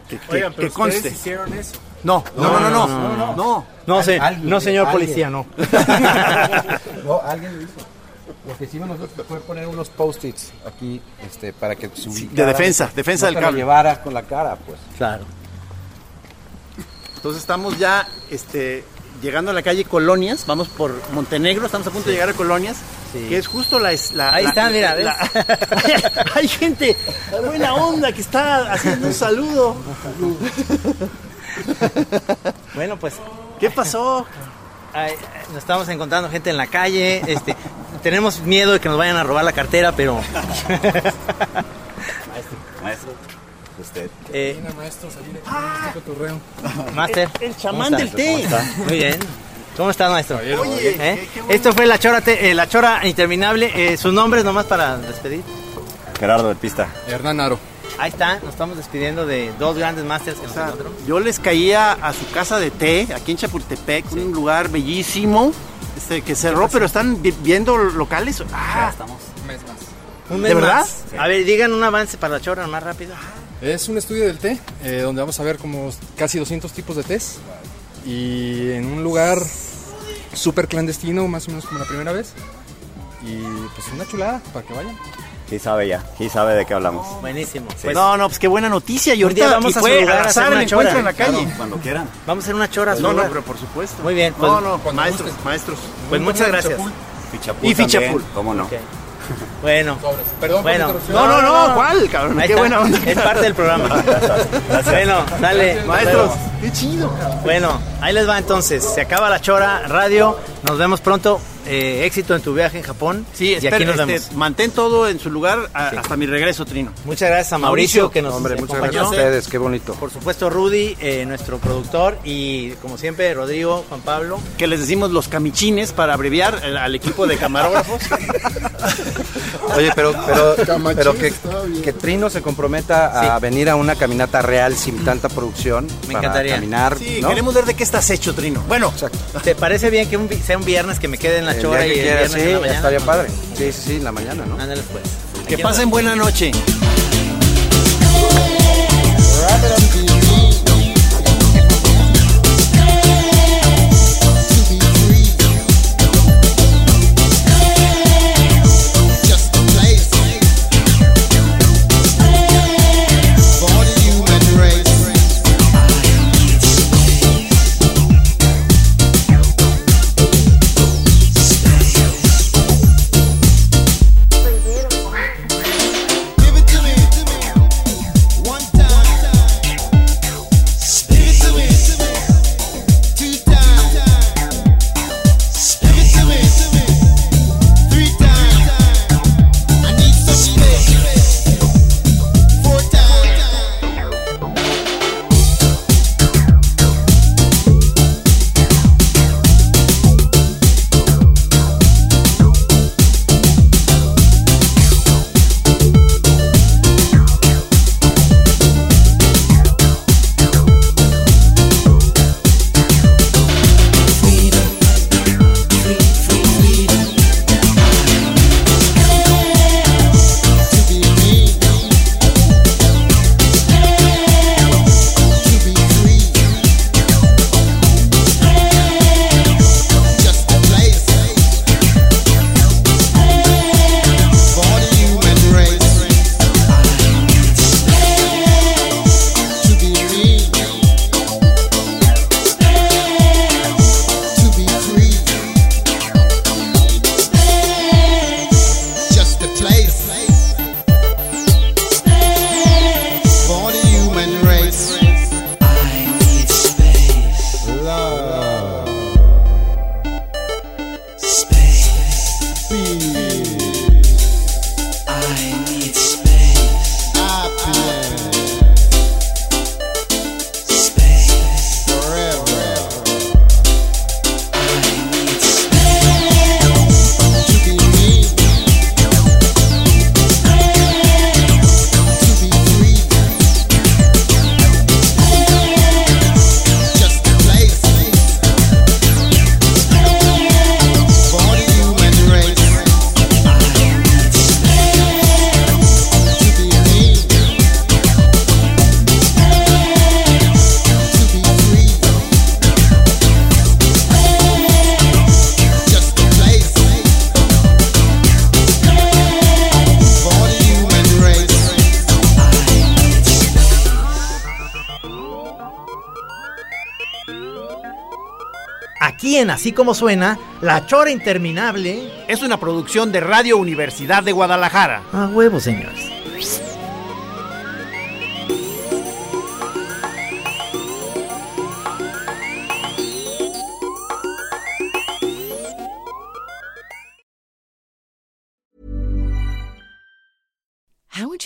que, que- Oigan, pero que ustedes conste. hicieron eso. No, no, no, no, no, no. No, se- Alguien, no, señor alguien. policía, no. no, alguien lo hizo. Lo que hicimos nosotros fue poner unos post-its aquí este, para que se Sí, de ubicara. defensa, defensa No del te lo cable. llevaras con la cara, pues. Claro. Entonces estamos ya este, llegando a la calle Colonias, vamos por Montenegro, estamos a punto de llegar a Colonias, Sí. que es justo la... es- la- Ahí la- está, mira, ¿ves? la- (laughs) hay gente buena onda que está haciendo un saludo. Bueno, pues ¿Qué pasó? ay, ay, nos estamos encontrando gente en la calle. Este, tenemos miedo de que nos vayan a robar la cartera, pero... Eh, Mira, maestro, salí de aquí, cotorreo. (laughs) Master. El- el ¿cómo chamán estás? del té. ¿Cómo está? Muy bien. ¿Cómo estás, maestro? Oye, ¿Eh? qué- qué bueno. Esto fue La Chora, Te- eh, la chora Interminable. Eh, sus nombres nomás para despedir. Gerardo del Pista. Hernán Aro. Ahí está, nos estamos despidiendo de dos grandes masters que O nos sea, encontramos. yo les caía a su casa de té, aquí en Chapultepec, un lugar bellísimo, este, que cerró, pero están vi- viendo locales. Ah, Estamos un mes más. Un ¿de verdad? Ah. más. A ver, digan un avance para la chorra más rápido. Es un estudio del té, eh, donde vamos a ver como casi 200 tipos de tés. Y en un lugar súper clandestino, más o menos como la primera vez. Y pues una chulada para que vayan. Sí sabe ya, sí sabe de qué hablamos. Buenísimo. Sí. Pues, no, no, pues qué buena noticia. Y Un día ahorita vamos y a su fue lugar a hacer azar el una encuentro chora. en la calle. Claro, cuando quieran. Vamos a hacer una chora. a su Pues No, no, lugar. pero por supuesto. Muy bien, No, pues- no, maestros, maestros. Pues muchas gracias. Fichapul Y Fichapul. también, ¿Cómo no? Ok. Bueno. Perdón por bueno. la interrupción. No, no, no, ¿cuál, cabrón? Ahí Qué está. buena onda. Es parte del programa. Bueno, dale. Maestros, qué chido. cabrón. Bueno, ahí les va entonces. Se acaba la chora radio. Nos vemos pronto. Eh, éxito en tu viaje en Japón. (laughs) Sí, y espera, aquí nos este, vemos. mantén todo en su lugar a- hasta mi regreso, Trino. Muchas gracias a Mauricio, Mauricio, que nos Hombre, muchas acompañó. gracias a ustedes, qué bonito. Por supuesto, Rudy, eh, nuestro productor. Y como siempre, Rodrigo, Juan Pablo. Que les decimos los camichines para abreviar eh, al equipo de (laughs) camarógrafos. Oye, pero, pero, Camachín pero que, está bien. que Trino se comprometa a venir a una caminata real sin tanta producción. Mm. Me para encantaría. Caminar, Sí, ¿no? queremos ver de qué estás hecho, Trino. Bueno, ¿Te parece bien que un vi- sea un viernes que me quede en la El día chora que y el viernes quieras, en la sí, mañana? estaría padre. Sí, sí, sí, en la mañana, ¿no? Ándale, pues. que pasen buena noche. Aquí en Así Como Suena, La Chora Interminable. Es una producción de Radio Universidad de Guadalajara. A huevo, señores. How would